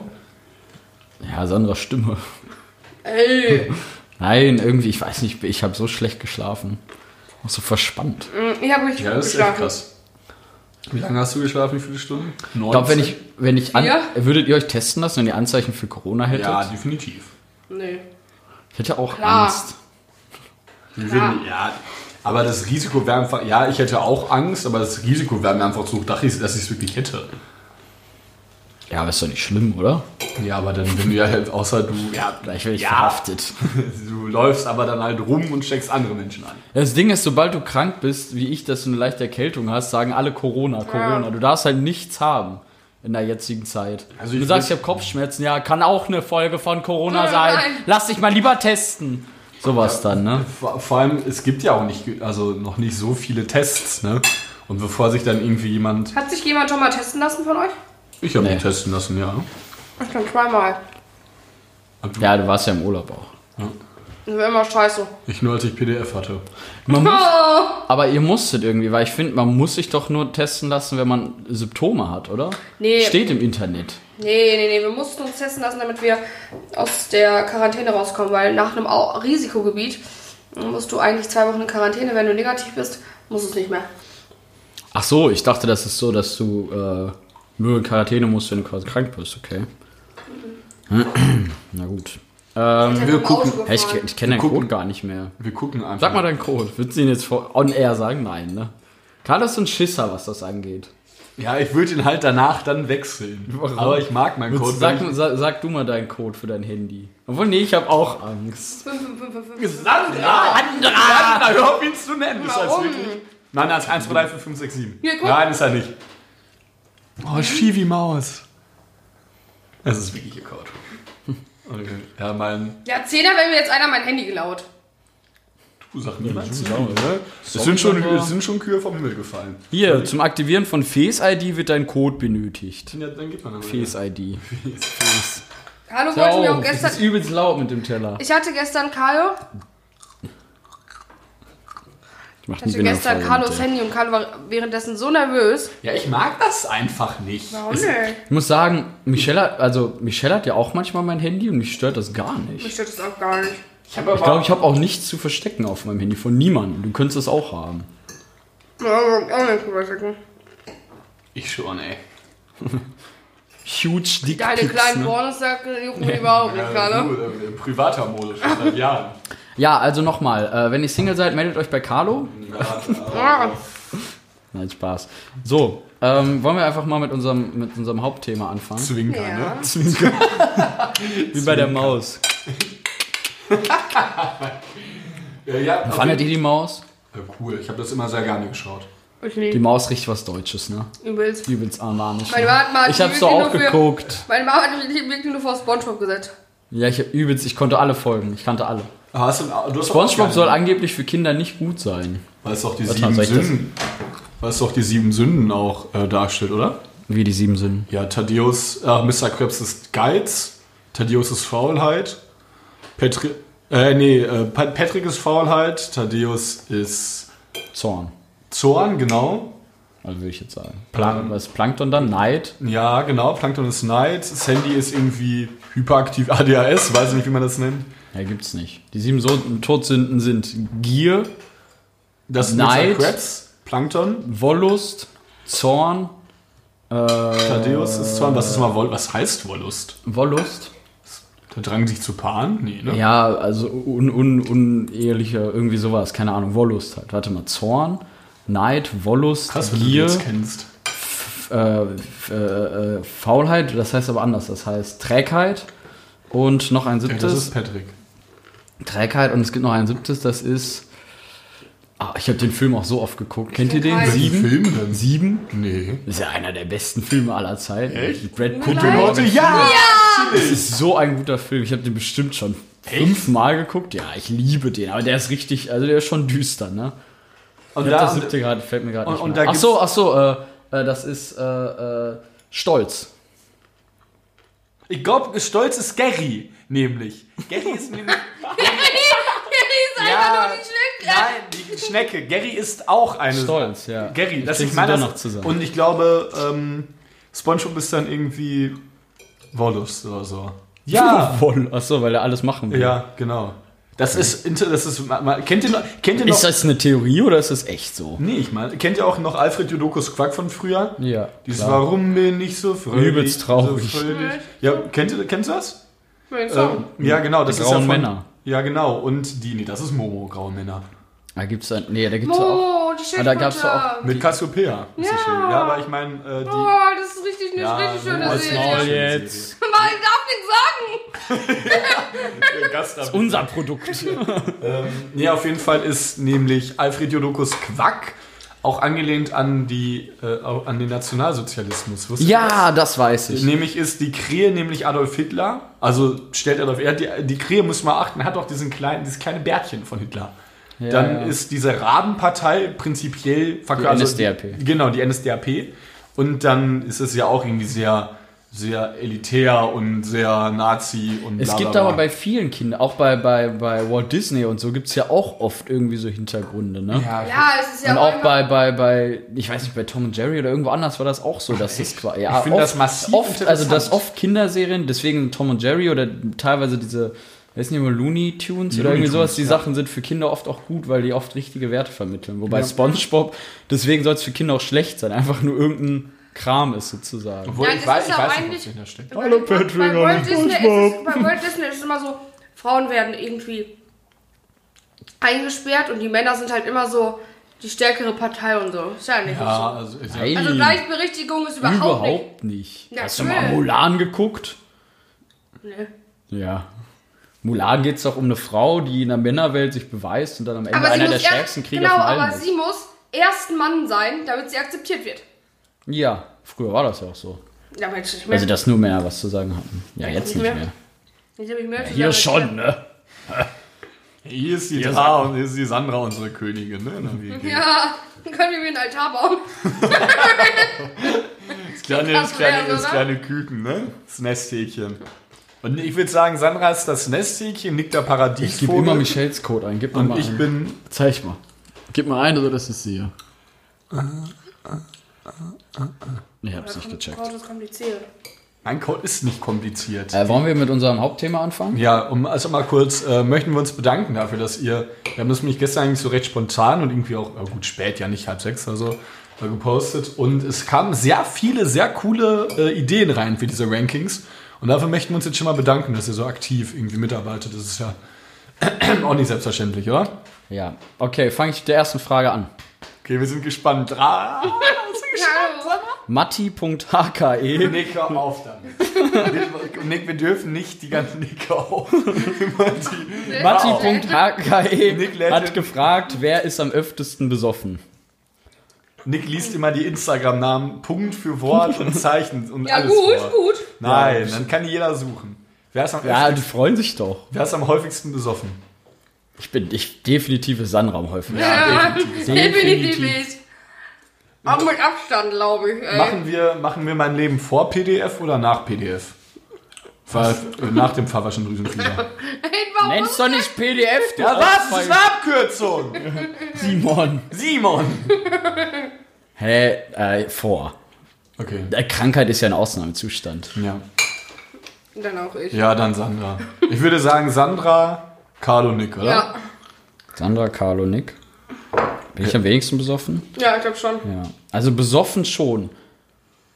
[SPEAKER 1] Ja, Sandras Stimme.
[SPEAKER 4] Ey,
[SPEAKER 1] Nein, irgendwie, ich weiß nicht, ich habe so schlecht geschlafen. Auch so verspannt.
[SPEAKER 4] ich hab richtig
[SPEAKER 2] Ja,
[SPEAKER 4] gut
[SPEAKER 2] das ist echt
[SPEAKER 4] geschlafen.
[SPEAKER 2] krass. Wie lange hast du geschlafen? Wie viele Stunden? Neun.
[SPEAKER 1] Ich glaube, wenn ich, wenn ich, an,
[SPEAKER 4] Ja.
[SPEAKER 1] würdet ihr euch testen lassen, wenn ihr Anzeichen für Corona hättet?
[SPEAKER 2] Ja, definitiv.
[SPEAKER 4] Nee.
[SPEAKER 1] ich hätte auch
[SPEAKER 4] Klar.
[SPEAKER 1] Angst.
[SPEAKER 2] Wir würden- ja. Aber das Risiko wäre einfach, ja, ich hätte auch Angst, aber das Risiko wäre mir einfach zu hoch, dass ich es wirklich hätte.
[SPEAKER 1] Ja, aber ist doch nicht schlimm, oder?
[SPEAKER 2] Ja, aber dann bin ja halt, außer du, ja,
[SPEAKER 1] Gleich werde ich
[SPEAKER 2] Ja.
[SPEAKER 1] verhaftet.
[SPEAKER 2] du läufst aber dann halt rum und steckst andere Menschen an.
[SPEAKER 1] Das Ding ist, sobald du krank bist, wie ich, dass du eine leichte Erkältung hast, sagen alle Corona, Corona. Du darfst halt nichts haben in der jetzigen Zeit.
[SPEAKER 2] Also
[SPEAKER 1] Wenn du
[SPEAKER 2] ich
[SPEAKER 1] sagst, ich
[SPEAKER 2] würd-
[SPEAKER 1] habe Kopfschmerzen, ja, kann auch eine Folge von Corona
[SPEAKER 4] Nein.
[SPEAKER 1] sein. Lass dich mal lieber testen. Sowas dann, ne?
[SPEAKER 2] Vor, vor allem, es gibt ja auch nicht, also noch nicht so viele Tests, ne? Und bevor sich dann irgendwie jemand.
[SPEAKER 4] Hat sich jemand schon mal testen lassen von euch?
[SPEAKER 2] Ich habe
[SPEAKER 1] Nee.
[SPEAKER 2] mich testen lassen, ja.
[SPEAKER 4] Ich kann zweimal.
[SPEAKER 1] Ja, du warst ja im Urlaub auch.
[SPEAKER 4] Das wäre immer scheiße.
[SPEAKER 2] Ich nur als ich PDF hatte.
[SPEAKER 1] Man muss,
[SPEAKER 4] Oh.
[SPEAKER 1] aber ihr musstet irgendwie, weil ich finde, man muss sich doch nur testen lassen, wenn man Symptome hat, oder?
[SPEAKER 4] Nee.
[SPEAKER 1] Steht im Internet.
[SPEAKER 4] Nee, nee, nee. Wir mussten uns testen lassen, damit wir aus der Quarantäne rauskommen, weil nach einem Au- Risikogebiet musst du eigentlich zwei Wochen in Quarantäne. Wenn du negativ bist, musst du es nicht mehr.
[SPEAKER 1] Ach so, ich dachte, das ist so, dass du äh, nur in Quarantäne musst, wenn du quasi krank bist, okay. Na gut. Ähm,
[SPEAKER 2] wir gucken.
[SPEAKER 1] hä, ich ich kenne deinen
[SPEAKER 2] Gucken.
[SPEAKER 1] Code gar nicht mehr.
[SPEAKER 2] Wir gucken einfach.
[SPEAKER 1] Sag mal deinen Code. Würdest du ihn jetzt vor on air sagen? Nein, ne? Carlos ist ein Schisser, was das angeht.
[SPEAKER 2] Ja, ich würde ihn halt danach dann wechseln.
[SPEAKER 1] Warum?
[SPEAKER 2] Aber ich mag meinen
[SPEAKER 1] Würdest du-
[SPEAKER 2] Code.
[SPEAKER 1] Sag,
[SPEAKER 2] weil
[SPEAKER 1] sag, sag du mal deinen Code für dein Handy. Obwohl, nee, ich habe auch Angst.
[SPEAKER 2] ich-
[SPEAKER 1] ah,
[SPEAKER 2] Sandra! Sandra! Hör auf, ihn zu nennen. Ist das
[SPEAKER 4] Warum?
[SPEAKER 2] wirklich? Nein, das ist 1, 2, 3, 4, 5, 6, 7.
[SPEAKER 4] Hier, guck.
[SPEAKER 2] Nein, ist er nicht. Oh, Schiwi Maus. Das ist wirklich ihr Code. Okay. Ja, mein.
[SPEAKER 4] Ja, Zehner wäre mir jetzt einer mein Handy geklaut.
[SPEAKER 2] Du sag niemals.
[SPEAKER 1] Ja,
[SPEAKER 2] Es sind, schon,
[SPEAKER 1] Sonnenbar.
[SPEAKER 2] es sind schon Kühe vom Himmel gefallen.
[SPEAKER 1] Hier, zum Aktivieren von Face ID wird dein Code benötigt.
[SPEAKER 2] Ja, dann geht man aber.
[SPEAKER 1] Face ID.
[SPEAKER 4] Carlo
[SPEAKER 1] Ja,
[SPEAKER 4] wollte mir auch
[SPEAKER 1] das ist
[SPEAKER 4] gestern.
[SPEAKER 1] übelst laut mit dem Teller.
[SPEAKER 4] Ich hatte gestern Carlo.
[SPEAKER 1] Ich mach
[SPEAKER 4] Ich hatte gestern Carlos Handy und Carlo war währenddessen so nervös.
[SPEAKER 2] Ja, ich mag das einfach nicht.
[SPEAKER 4] Warum denn?
[SPEAKER 1] Ich muss sagen, Michelle, hat- also Michelle hat ja auch manchmal mein Handy und mich stört das gar
[SPEAKER 4] Mich
[SPEAKER 1] nicht.
[SPEAKER 4] stört das auch gar nicht.
[SPEAKER 2] Ich habe aber.
[SPEAKER 1] Ich glaube, ich habe auch nichts zu verstecken auf meinem Handy von niemandem. Du könntest es auch haben.
[SPEAKER 4] Ja, aber auch nicht drüber schicken.
[SPEAKER 2] ich schon, ey.
[SPEAKER 1] Huge Dick
[SPEAKER 4] Deine
[SPEAKER 1] Pics,
[SPEAKER 4] kleinen
[SPEAKER 1] ne?
[SPEAKER 4] Pornosäcke jucken mir überhaupt nicht,
[SPEAKER 2] Ja,
[SPEAKER 4] Carlo.
[SPEAKER 2] du, äh, in privater Mode schon seit Jahren.
[SPEAKER 1] Ja, also nochmal, äh, wenn ihr Single seid, meldet euch bei Carlo.
[SPEAKER 2] Ja,
[SPEAKER 4] Ja.
[SPEAKER 1] Nein, Spaß. So, ähm, wollen wir einfach mal mit unserem, mit unserem Hauptthema anfangen?
[SPEAKER 2] Zwinker, ne?
[SPEAKER 4] Ja.
[SPEAKER 1] Wie bei der Maus.
[SPEAKER 2] Ja, ja, auf
[SPEAKER 1] Fandet
[SPEAKER 2] jeden-
[SPEAKER 1] ihr die Maus?
[SPEAKER 2] ja, cool, ich habe das immer sehr gerne geschaut.
[SPEAKER 4] Ich
[SPEAKER 1] Die
[SPEAKER 4] liebe
[SPEAKER 1] Maus riecht was Deutsches, ne?
[SPEAKER 4] übelst.
[SPEAKER 1] Übelst armanisch. ne?
[SPEAKER 4] Meine Mama hat mal
[SPEAKER 1] Ich hab's
[SPEAKER 4] wirklich
[SPEAKER 1] doch auch
[SPEAKER 4] nur für-
[SPEAKER 1] geguckt.
[SPEAKER 4] Meine Mama hat mich wirklich nur vor Spongebob gesetzt.
[SPEAKER 1] Ja, ich hab übelst, ich konnte alle folgen. Ich kannte alle.
[SPEAKER 2] Aber Hast du, du hast
[SPEAKER 1] Spongebob soll angeblich für Kinder nicht gut sein.
[SPEAKER 2] Was doch die
[SPEAKER 1] Warte mal,
[SPEAKER 2] sieben
[SPEAKER 1] soll ich das-
[SPEAKER 2] Sünden. Was doch die sieben Sünden auch äh, darstellt, oder?
[SPEAKER 1] Wie die sieben Sünden.
[SPEAKER 2] Ja, Thaddeus, äh, Mr. Krebs ist Geiz, Thaddeus ist Faulheit, Patrick, äh, nee, äh, Pat- Patrick ist Faulheit, Thaddeus ist
[SPEAKER 1] Zorn.
[SPEAKER 2] Zorn, genau.
[SPEAKER 1] Also würde ich jetzt sagen. Plan was ist Plankton dann? Neid?
[SPEAKER 2] Ja, genau, Plankton ist Neid, Sandy ist irgendwie hyperaktiv ADHS, weiß ich nicht, wie man das nennt.
[SPEAKER 1] Ja, gibt's nicht. Die sieben so Todsünden sind Gier,
[SPEAKER 2] Das ist
[SPEAKER 1] Neid.
[SPEAKER 2] Mr. Krebs, Plankton,
[SPEAKER 1] Wollust, Zorn, äh,
[SPEAKER 6] Thaddeus ist zwar, was ist mal Woll, was heißt Wollust?
[SPEAKER 1] Wollust?
[SPEAKER 6] Der Drang sich zu paaren? Nee, ne?
[SPEAKER 1] Ja, also un, un, unehelicher, irgendwie sowas, keine Ahnung, Wollust halt. Warte mal, Zorn, Neid, Wollust,
[SPEAKER 6] Krass, wenn du die
[SPEAKER 1] Gier,
[SPEAKER 6] jetzt kennst.
[SPEAKER 1] äh, f- äh, äh, Faulheit, das heißt aber anders, das heißt Trägheit und noch ein
[SPEAKER 6] Ja,
[SPEAKER 1] siebtes.
[SPEAKER 6] das ist Patrick.
[SPEAKER 1] Trägheit halt und es gibt noch ein siebtes, das ist. Ah, ich habe den Film auch so oft geguckt. Kennt ihr den?
[SPEAKER 4] Welchen
[SPEAKER 1] Sieben?
[SPEAKER 6] Film denn?
[SPEAKER 1] Sieben?
[SPEAKER 6] Nee.
[SPEAKER 1] Das ist ja einer der besten Filme aller Zeiten.
[SPEAKER 6] Echt?
[SPEAKER 1] Brad Pitt.
[SPEAKER 4] Guck
[SPEAKER 6] Für
[SPEAKER 4] Nein.
[SPEAKER 6] Leute, ja!
[SPEAKER 1] Das ist so ein guter Film. Ich habe den bestimmt schon fünfmal geguckt. Ja, ich liebe den. Aber der ist richtig, also der ist schon düster, ne?
[SPEAKER 2] Und
[SPEAKER 1] ich hab
[SPEAKER 2] da,
[SPEAKER 1] das siebte gerade fällt mir gerade
[SPEAKER 2] und-
[SPEAKER 1] nicht
[SPEAKER 2] und
[SPEAKER 1] mehr.
[SPEAKER 2] da
[SPEAKER 1] Ach so, ach so, äh, äh, das ist äh, äh, Stolz.
[SPEAKER 2] ich glaube, stolz ist Gary, nämlich. Gary ist nämlich.
[SPEAKER 4] ist einfach nur die Schnecke.
[SPEAKER 2] Nein, die Schnecke. Gary ist auch eine.
[SPEAKER 1] Stolz, ja.
[SPEAKER 2] Gary, das
[SPEAKER 1] krieg
[SPEAKER 2] ich
[SPEAKER 1] sie
[SPEAKER 2] meine.
[SPEAKER 1] doch
[SPEAKER 2] das-
[SPEAKER 1] noch zusammen.
[SPEAKER 2] Und ich glaube, ähm, Spongebob ist dann irgendwie Wollust oder so. Ja!
[SPEAKER 1] Voll. Ach so, weil er alles machen will.
[SPEAKER 2] ja, genau. Das ist, inter- das ist, ma- ma- kennt ihr noch, kennt ihr noch,
[SPEAKER 1] Ist das eine Theorie oder ist das echt so?
[SPEAKER 2] nee, ich meine, kennt ihr auch noch Alfred Jodokus Quack von früher?
[SPEAKER 1] Ja.
[SPEAKER 2] Dieses
[SPEAKER 1] klar.
[SPEAKER 2] Warum bin ich so fröhlich?
[SPEAKER 1] Übelst traurig.
[SPEAKER 2] So fröhlich. Ja, kennt ihr, kennst du das?
[SPEAKER 4] Mein Song.
[SPEAKER 2] Ähm, ja, genau, das
[SPEAKER 1] Die
[SPEAKER 2] ist ja
[SPEAKER 1] grauen
[SPEAKER 2] von,
[SPEAKER 1] Männer.
[SPEAKER 2] Ja, genau. Und die, nee, das ist Momo, graue Männer.
[SPEAKER 1] Da gibt's da, nee, da gibt's auch.
[SPEAKER 4] Oh, die
[SPEAKER 1] Ah,
[SPEAKER 4] Schnecke.
[SPEAKER 1] da gab's doch
[SPEAKER 2] Mit Cassiopeia. Ja. ja, aber ich meine, äh, die.
[SPEAKER 4] Oh, das ist richtig eine richtig schöne
[SPEAKER 2] Momo ist eine
[SPEAKER 4] Serie.
[SPEAKER 2] schöne Serie.
[SPEAKER 1] jetzt.
[SPEAKER 4] Mann, ich darf nichts sagen.
[SPEAKER 2] Der Gast am-
[SPEAKER 1] Unser Produkt.
[SPEAKER 2] Ähm, nee, auf jeden Fall ist nämlich Alfred Jodokus Quack auch angelehnt an die äh, auch an den Nationalsozialismus. Wusstet ihr
[SPEAKER 1] ja, das weiß
[SPEAKER 2] das?
[SPEAKER 1] ich.
[SPEAKER 2] Nämlich ist die Krähe nämlich Adolf Hitler. Also stellt Adolf er die, die Krähe muss man achten, hat auch diesen kleinen dieses kleine Bärtchen von Hitler. Dann
[SPEAKER 1] ja.
[SPEAKER 2] ist diese Rabenpartei prinzipiell verkörpert.
[SPEAKER 1] Die NSDAP.
[SPEAKER 2] genau, die NSDAP. Und dann ist es ja auch irgendwie sehr sehr elitär und sehr Nazi und
[SPEAKER 1] Es
[SPEAKER 2] bla,
[SPEAKER 1] gibt
[SPEAKER 2] bla, bla.
[SPEAKER 1] aber bei vielen Kindern, auch bei, bei, bei Walt Disney und so, gibt es ja auch oft irgendwie so Hintergründe, ne?
[SPEAKER 2] ja,
[SPEAKER 4] Ja, es ist ja
[SPEAKER 1] Und auch
[SPEAKER 4] immer-
[SPEAKER 1] bei, bei, bei, ich weiß nicht, bei Tom und Jerry oder irgendwo anders war das auch so, dass das quasi, ja,
[SPEAKER 2] Ich find
[SPEAKER 1] oft,
[SPEAKER 2] das massiv
[SPEAKER 1] oft, also
[SPEAKER 2] interessant.
[SPEAKER 1] dass oft Kinderserien, deswegen Tom und Jerry oder teilweise diese, weiß nicht immer, Looney Tunes oder
[SPEAKER 2] Looney
[SPEAKER 1] irgendwie sowas,
[SPEAKER 2] Tunes,
[SPEAKER 1] die Sachen sind für Kinder oft auch gut, weil die oft richtige Werte vermitteln. Wobei SpongeBob, deswegen soll es für Kinder auch schlecht sein, einfach nur irgendein Kram ist sozusagen.
[SPEAKER 2] Obwohl,
[SPEAKER 4] Nein,
[SPEAKER 2] ich
[SPEAKER 4] das
[SPEAKER 2] weiß,
[SPEAKER 4] ist
[SPEAKER 2] ich
[SPEAKER 4] aber
[SPEAKER 2] weiß nicht, was
[SPEAKER 4] eigentlich-
[SPEAKER 2] dahinter steckt.
[SPEAKER 4] Hallo Patrick, bei Walt, Disney ist es, bei Walt Disney ist es immer so, Frauen werden irgendwie eingesperrt und die Männer sind halt immer so die stärkere Partei und so. Ist ja nicht
[SPEAKER 2] Ja, also ich
[SPEAKER 1] Nein,
[SPEAKER 2] sag,
[SPEAKER 4] so. Also Gleichberechtigung ist überhaupt, nicht.
[SPEAKER 1] Überhaupt nicht.
[SPEAKER 4] Ja,
[SPEAKER 1] Hast du mal
[SPEAKER 4] schön.
[SPEAKER 1] Mulan geguckt?
[SPEAKER 4] Nee.
[SPEAKER 1] Ja. Mulan geht es doch um eine Frau, die in der Männerwelt sich beweist und dann am Ende
[SPEAKER 4] Aber sie
[SPEAKER 1] einer der
[SPEAKER 4] muss erst,
[SPEAKER 1] stärksten Krieger
[SPEAKER 4] genau,
[SPEAKER 1] von allen
[SPEAKER 4] aber
[SPEAKER 1] ist.
[SPEAKER 4] sie muss erst ein Mann sein, damit sie akzeptiert wird.
[SPEAKER 1] Ja, früher war das ja auch so.
[SPEAKER 4] Ja, aber jetzt nicht mehr.
[SPEAKER 1] Also, dass nur Männer was zu sagen hatten. Ja, jetzt nicht mehr.
[SPEAKER 4] jetzt habe ich mehr zu
[SPEAKER 1] Hier
[SPEAKER 4] sagen.
[SPEAKER 1] schon, ne?
[SPEAKER 2] hier ist die Dra und hier ist die Sandra, unsere Königin. Ne? Na, wie geht's?
[SPEAKER 4] Ja, dann können wir mir einen Altar bauen.
[SPEAKER 2] Das kleine,
[SPEAKER 4] krass
[SPEAKER 2] das kleine,
[SPEAKER 4] wär's,
[SPEAKER 2] das
[SPEAKER 4] oder?
[SPEAKER 2] kleine Küken, ne? das Nesthäkchen. Und ich würde sagen, Sandra ist das Nesthäkchen, Nick der
[SPEAKER 1] Ich gebe immer
[SPEAKER 2] Paradiesvogel.
[SPEAKER 1] Michelles Code ein. Gib mir mal
[SPEAKER 2] Und ich
[SPEAKER 1] einen.
[SPEAKER 2] bin
[SPEAKER 1] Zeig mal. Gib mal einen, oder das ist sie hier. Ich hab's nicht gecheckt.
[SPEAKER 4] Oh, das ist kompliziert.
[SPEAKER 2] Mein Code ist nicht kompliziert.
[SPEAKER 1] Äh, wollen wir mit unserem Hauptthema anfangen?
[SPEAKER 2] Ja, um also mal kurz, äh, möchten wir uns bedanken dafür, dass ihr, wir haben das nämlich gestern eigentlich so recht spontan und irgendwie auch, ja gut, spät, ja nicht halb sechs oder so, äh, gepostet. Und es kamen sehr viele, sehr coole äh, Ideen rein für diese Rankings. Und dafür möchten wir uns jetzt schon mal bedanken, dass ihr so aktiv irgendwie mitarbeitet. Das ist ja auch nicht selbstverständlich, oder?
[SPEAKER 1] Ja. Okay, fange ich mit der ersten Frage an.
[SPEAKER 2] Okay, wir sind gespannt. Ah,
[SPEAKER 1] Matti.hke
[SPEAKER 2] Nick, hör auf damit. Nick, wir dürfen nicht die ganzen Nick auf. Immer die- Nick
[SPEAKER 1] Matti.hke
[SPEAKER 2] lädt
[SPEAKER 1] E hat
[SPEAKER 2] den-
[SPEAKER 1] gefragt, wer ist am öftesten besoffen?
[SPEAKER 2] Nick liest immer die Instagram-Namen Punkt für Wort und Zeichen und
[SPEAKER 4] Ja,
[SPEAKER 2] alles
[SPEAKER 4] gut,
[SPEAKER 2] vor.
[SPEAKER 4] gut.
[SPEAKER 2] Nein, dann kann die jeder suchen. Wer ist am,
[SPEAKER 1] Ja, die
[SPEAKER 2] öftesten-
[SPEAKER 1] freuen sich doch.
[SPEAKER 2] wer ist am häufigsten besoffen?
[SPEAKER 1] Ich bin ich, definitiv ist Sandra am häufigsten.
[SPEAKER 4] Ja, definitiv
[SPEAKER 1] Definitiv.
[SPEAKER 4] nicht. Auch mit Abstand, glaube ich. Ey.
[SPEAKER 2] Machen wir, machen wir mein Leben vor PDF oder nach PDF? Ver- äh, nach dem verwaschen Drüsenfieber.
[SPEAKER 4] Ey, warum
[SPEAKER 1] Nenn's doch nicht PDF, du
[SPEAKER 2] Das ist eine Abkürzung!
[SPEAKER 1] Simon.
[SPEAKER 2] Simon!
[SPEAKER 1] Hä, äh, vor.
[SPEAKER 2] Okay.
[SPEAKER 1] Äh, Krankheit ist ja ein Ausnahmezustand.
[SPEAKER 2] Ja.
[SPEAKER 4] Dann auch ich.
[SPEAKER 2] ja, dann Sandra. Ich würde sagen Sandra, Carlo, Nick, oder?
[SPEAKER 4] Ja,
[SPEAKER 1] Sandra, Carlo, Nick. Bin ich am wenigsten besoffen?
[SPEAKER 4] ja ich glaube schon.
[SPEAKER 1] Ja. Also besoffen schon.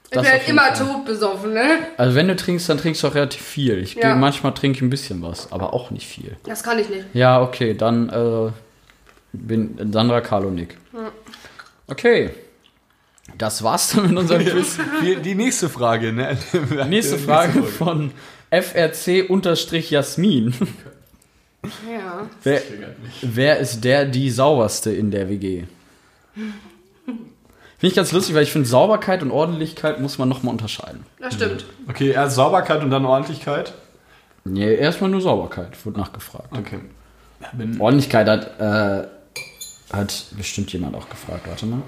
[SPEAKER 4] Ich bin
[SPEAKER 1] Das auf
[SPEAKER 4] halt
[SPEAKER 1] jeden
[SPEAKER 4] immer
[SPEAKER 1] Fall.
[SPEAKER 4] tot besoffen, ne?
[SPEAKER 1] Also wenn du trinkst, dann trinkst du auch relativ viel. Ich
[SPEAKER 4] Ja.
[SPEAKER 1] geh- manchmal trinke ich ein bisschen was, aber auch nicht viel.
[SPEAKER 4] Das kann ich nicht.
[SPEAKER 1] Ja, okay, dann äh, bin Sandra, Karl und Nick. Okay. Das war's dann mit unserem Quiz.
[SPEAKER 2] Die, die nächste Frage, ne?
[SPEAKER 1] Nächste Frage von FRC-Jasmin.
[SPEAKER 4] Ja.
[SPEAKER 1] Wer, wer ist der, die sauberste in der WG? Finde ich ganz lustig, weil ich finde, Sauberkeit und Ordentlichkeit muss man nochmal unterscheiden.
[SPEAKER 4] Das stimmt.
[SPEAKER 1] Mhm.
[SPEAKER 2] Okay, erst Sauberkeit und dann Ordentlichkeit.
[SPEAKER 1] Nee, erstmal nur Sauberkeit, wurde nachgefragt.
[SPEAKER 2] Okay.
[SPEAKER 1] Ordentlichkeit hat, äh, hat bestimmt jemand auch gefragt, warte mal.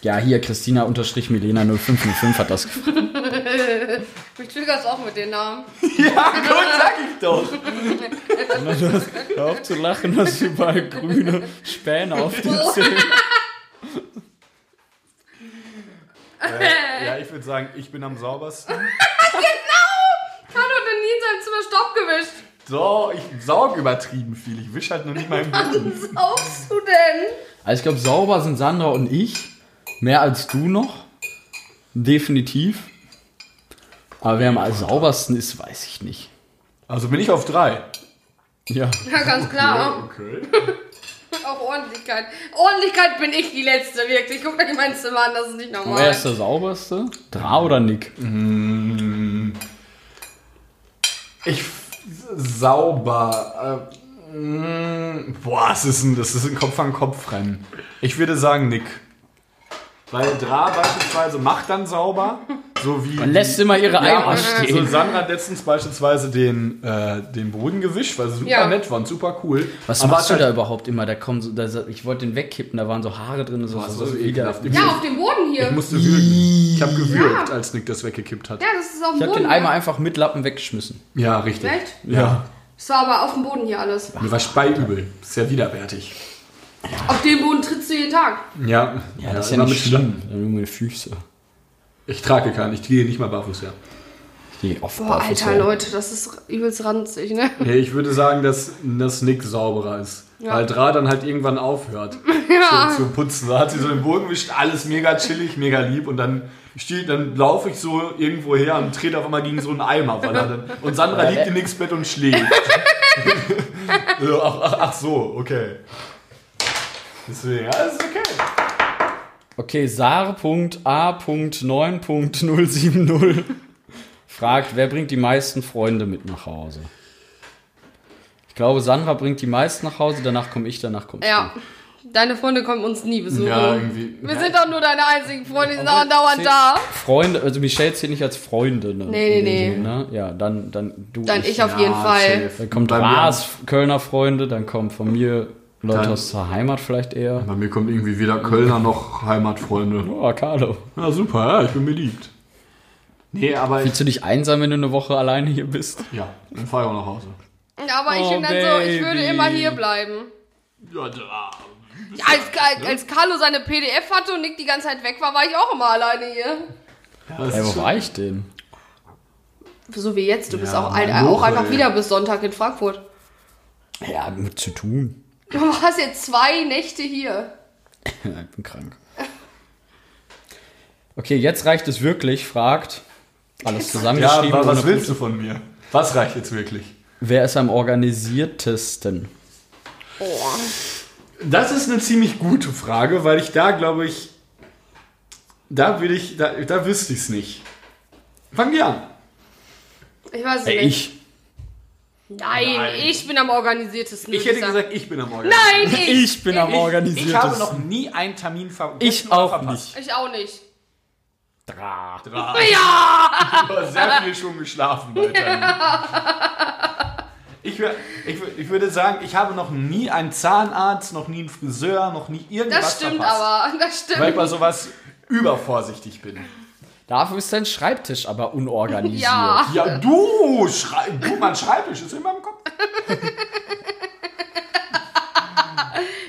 [SPEAKER 1] Ja, hier, Christina unterstrich Milena 0505 hat das gefragt.
[SPEAKER 4] Mich triggerst auch mit den Namen.
[SPEAKER 1] Hör auf zu lachen, dass du überall grüne Späne auf dir sind.
[SPEAKER 2] Ja, ich würde sagen, ich bin am saubersten.
[SPEAKER 4] Carlo hat noch nie in seinem Zimmer Staub gewischt.
[SPEAKER 2] So, ich saug übertrieben viel. Ich wisch halt noch nicht meinen Boden.
[SPEAKER 4] Was saugst du denn?
[SPEAKER 1] Also ich glaube, sauber sind Sandra und ich. Mehr als du noch. Definitiv. Aber wer am saubersten ist, weiß ich nicht.
[SPEAKER 2] Also bin ich auf drei.
[SPEAKER 1] Ja.
[SPEAKER 4] Ja, ganz klar.
[SPEAKER 2] Okay.
[SPEAKER 4] Auch Ordentlichkeit. Ordentlichkeit bin ich die Letzte, wirklich. Guck euch mein Zimmer an, das ist nicht normal.
[SPEAKER 1] Wer ist der sauberste? Dra oder Nick?
[SPEAKER 2] Ich sauber. Äh, mm, boah, es ist ein, das ist ein Kopf an Kopf rennen. Ich würde sagen Nick. Weil Dra beispielsweise macht dann sauber, so wie
[SPEAKER 1] Man lässt immer ihre Eimer
[SPEAKER 2] So
[SPEAKER 1] stehen.
[SPEAKER 2] Sandra hat letztens beispielsweise den, äh, den Boden gewischt, weil sie super
[SPEAKER 4] Ja.
[SPEAKER 2] nett waren, super cool.
[SPEAKER 1] Was
[SPEAKER 2] Aber
[SPEAKER 1] machst du
[SPEAKER 2] hat halt-
[SPEAKER 1] da überhaupt immer? Da kommen so, da, ich wollte den wegkippen, da waren so Haare drin. und So,
[SPEAKER 2] das
[SPEAKER 1] so,
[SPEAKER 2] war so
[SPEAKER 1] so
[SPEAKER 2] ekelhaft.
[SPEAKER 1] Ich
[SPEAKER 4] ja, auf dem Boden hier.
[SPEAKER 2] Ich musste würgen. Ich habe gewürgt, als Nick das weggekippt hat.
[SPEAKER 4] ja, das ist auf dem
[SPEAKER 1] habe
[SPEAKER 4] Boden.
[SPEAKER 1] den Eimer einfach mit Lappen weggeschmissen.
[SPEAKER 2] Ja, richtig.
[SPEAKER 4] Echt?
[SPEAKER 2] Ja.
[SPEAKER 4] Das war aber auf dem Boden hier alles.
[SPEAKER 2] Mir war speiübel. Ist ja widerwärtig.
[SPEAKER 4] Auf dem Boden trittst du jeden Tag.
[SPEAKER 2] Ja.
[SPEAKER 1] Ja, das ist
[SPEAKER 2] immer
[SPEAKER 1] ja nicht
[SPEAKER 2] mit Schlappen.
[SPEAKER 1] schlimm. Dann nur meine Füße.
[SPEAKER 2] Ich trage keinen. Ich gehe nicht mal barfuß her.
[SPEAKER 1] Ich gehe oft
[SPEAKER 4] Boah,
[SPEAKER 1] barfuß
[SPEAKER 4] Alter,
[SPEAKER 1] rum.
[SPEAKER 4] Leute, das ist übelst ranzig, ne?
[SPEAKER 2] Nee, ich würde sagen, dass, dass Nick sauberer ist. Weil Dra dann halt irgendwann aufhört zu, zu putzen. Da hat sie so den Boden gewischt, alles mega chillig, mega lieb. Und dann, steht, dann laufe ich so irgendwo her und trete auf einmal gegen so einen Eimer. Weil er dann, und Sandra liegt in Nicks Bett und schläft. so, ach, ach, ach so, okay. Deswegen, alles okay.
[SPEAKER 1] Okay, sar.a.9.070 fragt, wer bringt die meisten Freunde mit nach Hause? Ich glaube, Sandra bringt die meisten nach Hause, danach komme ich, danach kommst
[SPEAKER 4] Ja. Deine Freunde kommen uns nie besuchen.
[SPEAKER 2] Ja, irgendwie.
[SPEAKER 4] Wir sind doch nur deine einzigen Freunde, die sind andauernd
[SPEAKER 1] zählt-
[SPEAKER 4] da.
[SPEAKER 1] du. Freunde, also Michelle zählt nicht als Freunde. Ne?
[SPEAKER 4] Nee, nee,
[SPEAKER 1] In dem
[SPEAKER 4] nee.
[SPEAKER 1] Sinne, Ne? Ja, dann, dann du.
[SPEAKER 4] Dann ich auf jeden
[SPEAKER 2] Ah,
[SPEAKER 4] Fall.
[SPEAKER 2] safe.
[SPEAKER 1] Dann kommt
[SPEAKER 2] Bei mir-
[SPEAKER 1] Ras, Kölner Freunde, dann kommen von mir Leute aus der Heimat vielleicht eher.
[SPEAKER 2] Bei mir kommt irgendwie weder Kölner noch Heimatfreunde.
[SPEAKER 1] Oh, Carlo.
[SPEAKER 2] Ja, super, ja, ich bin beliebt. Nee, aber
[SPEAKER 1] Fühlst du dich einsam, wenn du eine Woche alleine hier bist?
[SPEAKER 2] Ja, dann fahr ich auch nach Hause.
[SPEAKER 4] Aber ich
[SPEAKER 1] Oh,
[SPEAKER 4] bin dann so, ich würde
[SPEAKER 1] Baby.
[SPEAKER 4] immer hier bleiben.
[SPEAKER 2] Ja, da.
[SPEAKER 4] Ja, als, als, als Carlo seine PDF hatte und Nick die ganze Zeit weg war, war ich auch immer alleine hier.
[SPEAKER 2] Das
[SPEAKER 1] Ey,
[SPEAKER 2] ist
[SPEAKER 1] wo war ich denn?
[SPEAKER 4] So wie jetzt, du bist
[SPEAKER 2] Ja,
[SPEAKER 4] auch, ein,
[SPEAKER 2] Mann,
[SPEAKER 4] auch
[SPEAKER 2] Woche,
[SPEAKER 4] einfach
[SPEAKER 2] ey.
[SPEAKER 4] wieder bis Sonntag in Frankfurt.
[SPEAKER 1] Ja, mit zu tun.
[SPEAKER 4] Du warst jetzt zwei Nächte hier.
[SPEAKER 1] Ja, ich bin krank. Okay, jetzt reicht es wirklich, fragt. Alles
[SPEAKER 2] ja,
[SPEAKER 1] zusammengeschrieben.
[SPEAKER 2] wa-
[SPEAKER 1] ohne
[SPEAKER 2] was willst du
[SPEAKER 1] Punkte.
[SPEAKER 2] von mir? Was reicht jetzt wirklich?
[SPEAKER 1] Wer ist am organisiertesten?
[SPEAKER 2] Das ist eine ziemlich gute Frage, weil ich da, glaube ich, da würde ich, da, da wüsste ich es nicht. Fangen wir an.
[SPEAKER 4] Ich weiß es
[SPEAKER 1] Ey,
[SPEAKER 4] nicht.
[SPEAKER 1] ich.
[SPEAKER 4] Nein, ich bin am organisiertesten.
[SPEAKER 2] Ich
[SPEAKER 4] würd
[SPEAKER 2] hätte
[SPEAKER 4] sagen.
[SPEAKER 2] gesagt, ich bin am Morgen.
[SPEAKER 4] Nein, ich.
[SPEAKER 1] Ich bin am organisiertesten.
[SPEAKER 2] Ich habe noch nie einen Termin ver
[SPEAKER 1] Ich
[SPEAKER 2] oder
[SPEAKER 1] auch
[SPEAKER 2] verpasst.
[SPEAKER 4] Ich auch nicht.
[SPEAKER 1] Dra.
[SPEAKER 2] Ich habe sehr viel schon geschlafen, Alter. Ich, wür- ich, wür- ich würde sagen, ich habe noch nie einen Zahnarzt, noch nie einen Friseur, noch nie irgendwas
[SPEAKER 4] Das stimmt
[SPEAKER 2] verpasst.
[SPEAKER 4] aber. Das
[SPEAKER 2] weil ich
[SPEAKER 4] stimmt.
[SPEAKER 2] bei sowas übervorsichtig bin.
[SPEAKER 1] Dafür ist dein Schreibtisch aber unorganisiert.
[SPEAKER 4] Ja.
[SPEAKER 2] Ja, du, schrei du, mein Schreibtisch ist immer im Kopf.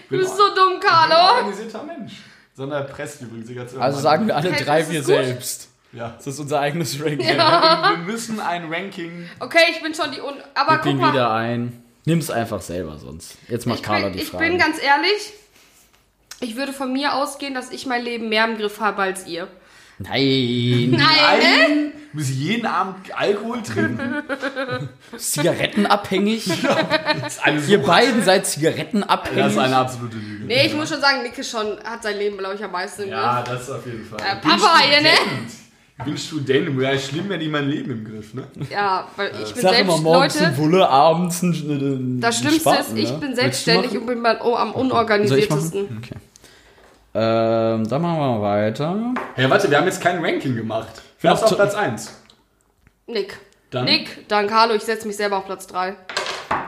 [SPEAKER 4] Du bist so dumm, Carlo.
[SPEAKER 2] Organisierter Mensch. Sondern presst übrigens die ganze
[SPEAKER 1] Also sagen wir alle
[SPEAKER 4] Hey,
[SPEAKER 1] drei
[SPEAKER 4] das ist
[SPEAKER 1] wir
[SPEAKER 4] gut.
[SPEAKER 1] selbst.
[SPEAKER 2] Ja.
[SPEAKER 1] Das ist unser eigenes Ranking.
[SPEAKER 2] Wir müssen ein Ranking.
[SPEAKER 4] Okay, ich bin schon die Un. Aber
[SPEAKER 1] Gib
[SPEAKER 4] guck
[SPEAKER 1] ihn
[SPEAKER 4] mal.
[SPEAKER 1] wieder ein. Nimm's einfach selber sonst. Jetzt macht
[SPEAKER 4] ich
[SPEAKER 1] Carla
[SPEAKER 4] bin,
[SPEAKER 1] die
[SPEAKER 4] ich
[SPEAKER 1] Frage.
[SPEAKER 4] bin ganz ehrlich, ich würde von mir ausgehen, dass ich mein Leben mehr im Griff habe als ihr.
[SPEAKER 1] Nein.
[SPEAKER 4] Nein, ne?
[SPEAKER 2] Muss ich jeden Abend Alkohol trinken?
[SPEAKER 1] Zigarettenabhängig.
[SPEAKER 2] Das ist eine,
[SPEAKER 1] Ihr
[SPEAKER 2] Sucht.
[SPEAKER 1] beiden seid
[SPEAKER 2] das ist
[SPEAKER 1] zigarettenabhängig.
[SPEAKER 2] eine absolute Lüge.
[SPEAKER 4] Nee, ich muss schon sagen, Nick ist schon, hat sein Leben, glaube ich, am meisten.
[SPEAKER 2] Ja, das auf jeden Fall.
[SPEAKER 4] Äh, Papa, ja, ne?
[SPEAKER 2] Ich bin Student, wäre schlimm, wenn ich mein Leben im Griff, ne?
[SPEAKER 4] Ja, weil ich bin
[SPEAKER 1] Ich sag immer
[SPEAKER 4] selbst,
[SPEAKER 1] morgens eine
[SPEAKER 4] Leute,
[SPEAKER 1] Wulle, abends ein, ein
[SPEAKER 4] das Schlimmste
[SPEAKER 1] Spaten,
[SPEAKER 4] ist, ich
[SPEAKER 1] ne?
[SPEAKER 4] bin
[SPEAKER 1] Willst du
[SPEAKER 4] selbstständig
[SPEAKER 1] machen?
[SPEAKER 4] und bin mal, oh, am
[SPEAKER 1] Soll ich
[SPEAKER 4] unorganisiertesten.
[SPEAKER 1] machen? Okay. Ähm, dann machen wir mal weiter.
[SPEAKER 2] Hey, warte, wir haben jetzt kein Ranking gemacht.
[SPEAKER 1] bin
[SPEAKER 2] Wer ist
[SPEAKER 1] auch
[SPEAKER 2] auf
[SPEAKER 1] zu-
[SPEAKER 2] Platz 1?
[SPEAKER 4] Nick.
[SPEAKER 2] Dann-
[SPEAKER 4] Nick, dann Carlo, ich setze mich selber auf Platz 3.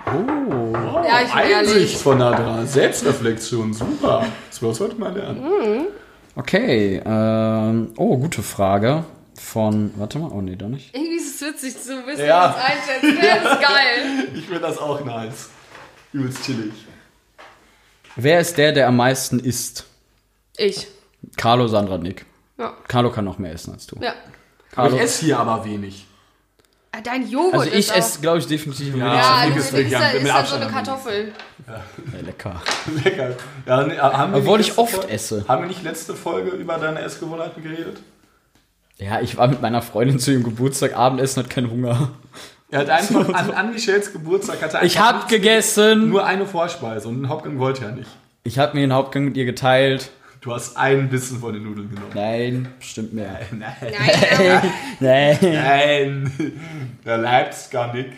[SPEAKER 1] Oh.
[SPEAKER 4] Ja, ich bin
[SPEAKER 2] Einsicht
[SPEAKER 4] ehrlich.
[SPEAKER 2] von Adra. Selbstreflexion, super. Das wollen wir heute mal lernen.
[SPEAKER 1] Okay. Ähm, oh, gute Frage. Von, warte mal, oh nee, da nicht.
[SPEAKER 4] Irgendwie ist es witzig zu wissen,
[SPEAKER 2] Ja.
[SPEAKER 4] was einschätzen. Das ist geil.
[SPEAKER 2] Ich finde das auch nice. Übelst chillig.
[SPEAKER 1] Wer ist der, der am meisten isst?
[SPEAKER 4] Ich.
[SPEAKER 1] Carlo, Sandra, Nick.
[SPEAKER 4] Ja.
[SPEAKER 1] Carlo kann noch mehr essen als du.
[SPEAKER 4] Ja.
[SPEAKER 1] Carlo,
[SPEAKER 2] ich esse hier aber wenig.
[SPEAKER 4] Ah, Dein Joghurt
[SPEAKER 1] also ich
[SPEAKER 4] ist
[SPEAKER 1] esse, glaube ich, definitiv am
[SPEAKER 2] Ja,
[SPEAKER 4] auch, ja,
[SPEAKER 2] Nick
[SPEAKER 4] du
[SPEAKER 2] ist
[SPEAKER 4] ist,
[SPEAKER 2] vegan,
[SPEAKER 4] ist, da-
[SPEAKER 2] mit
[SPEAKER 4] ist dann so
[SPEAKER 2] Abstand
[SPEAKER 4] eine
[SPEAKER 2] am
[SPEAKER 4] Kartoffel.
[SPEAKER 1] wenigsten. lecker.
[SPEAKER 2] Lecker. Ja, ne, haben wir
[SPEAKER 1] Obwohl
[SPEAKER 2] nicht
[SPEAKER 1] ich
[SPEAKER 2] letzte
[SPEAKER 1] oft
[SPEAKER 2] Folge-
[SPEAKER 1] esse.
[SPEAKER 2] Haben wir nicht letzte Folge über deine Essgewohnheiten geredet?
[SPEAKER 1] Ja, ich war mit meiner Freundin zu ihrem Geburtstag. Abendessen hat keinen Hunger.
[SPEAKER 2] Er hat einfach an, an Michels Geburtstag hatte er
[SPEAKER 1] Ich
[SPEAKER 2] einfach
[SPEAKER 1] hab gegessen.
[SPEAKER 2] nur eine Vorspeise und den Hauptgang wollte er nicht.
[SPEAKER 1] Ich hab mir den Hauptgang mit ihr geteilt.
[SPEAKER 2] Du hast einen Bissen von den Nudeln genommen.
[SPEAKER 1] Nein, stimmt mehr.
[SPEAKER 2] Nein.
[SPEAKER 4] Nein,
[SPEAKER 1] Nein.
[SPEAKER 2] Nein. Da bleibt's gar nicht.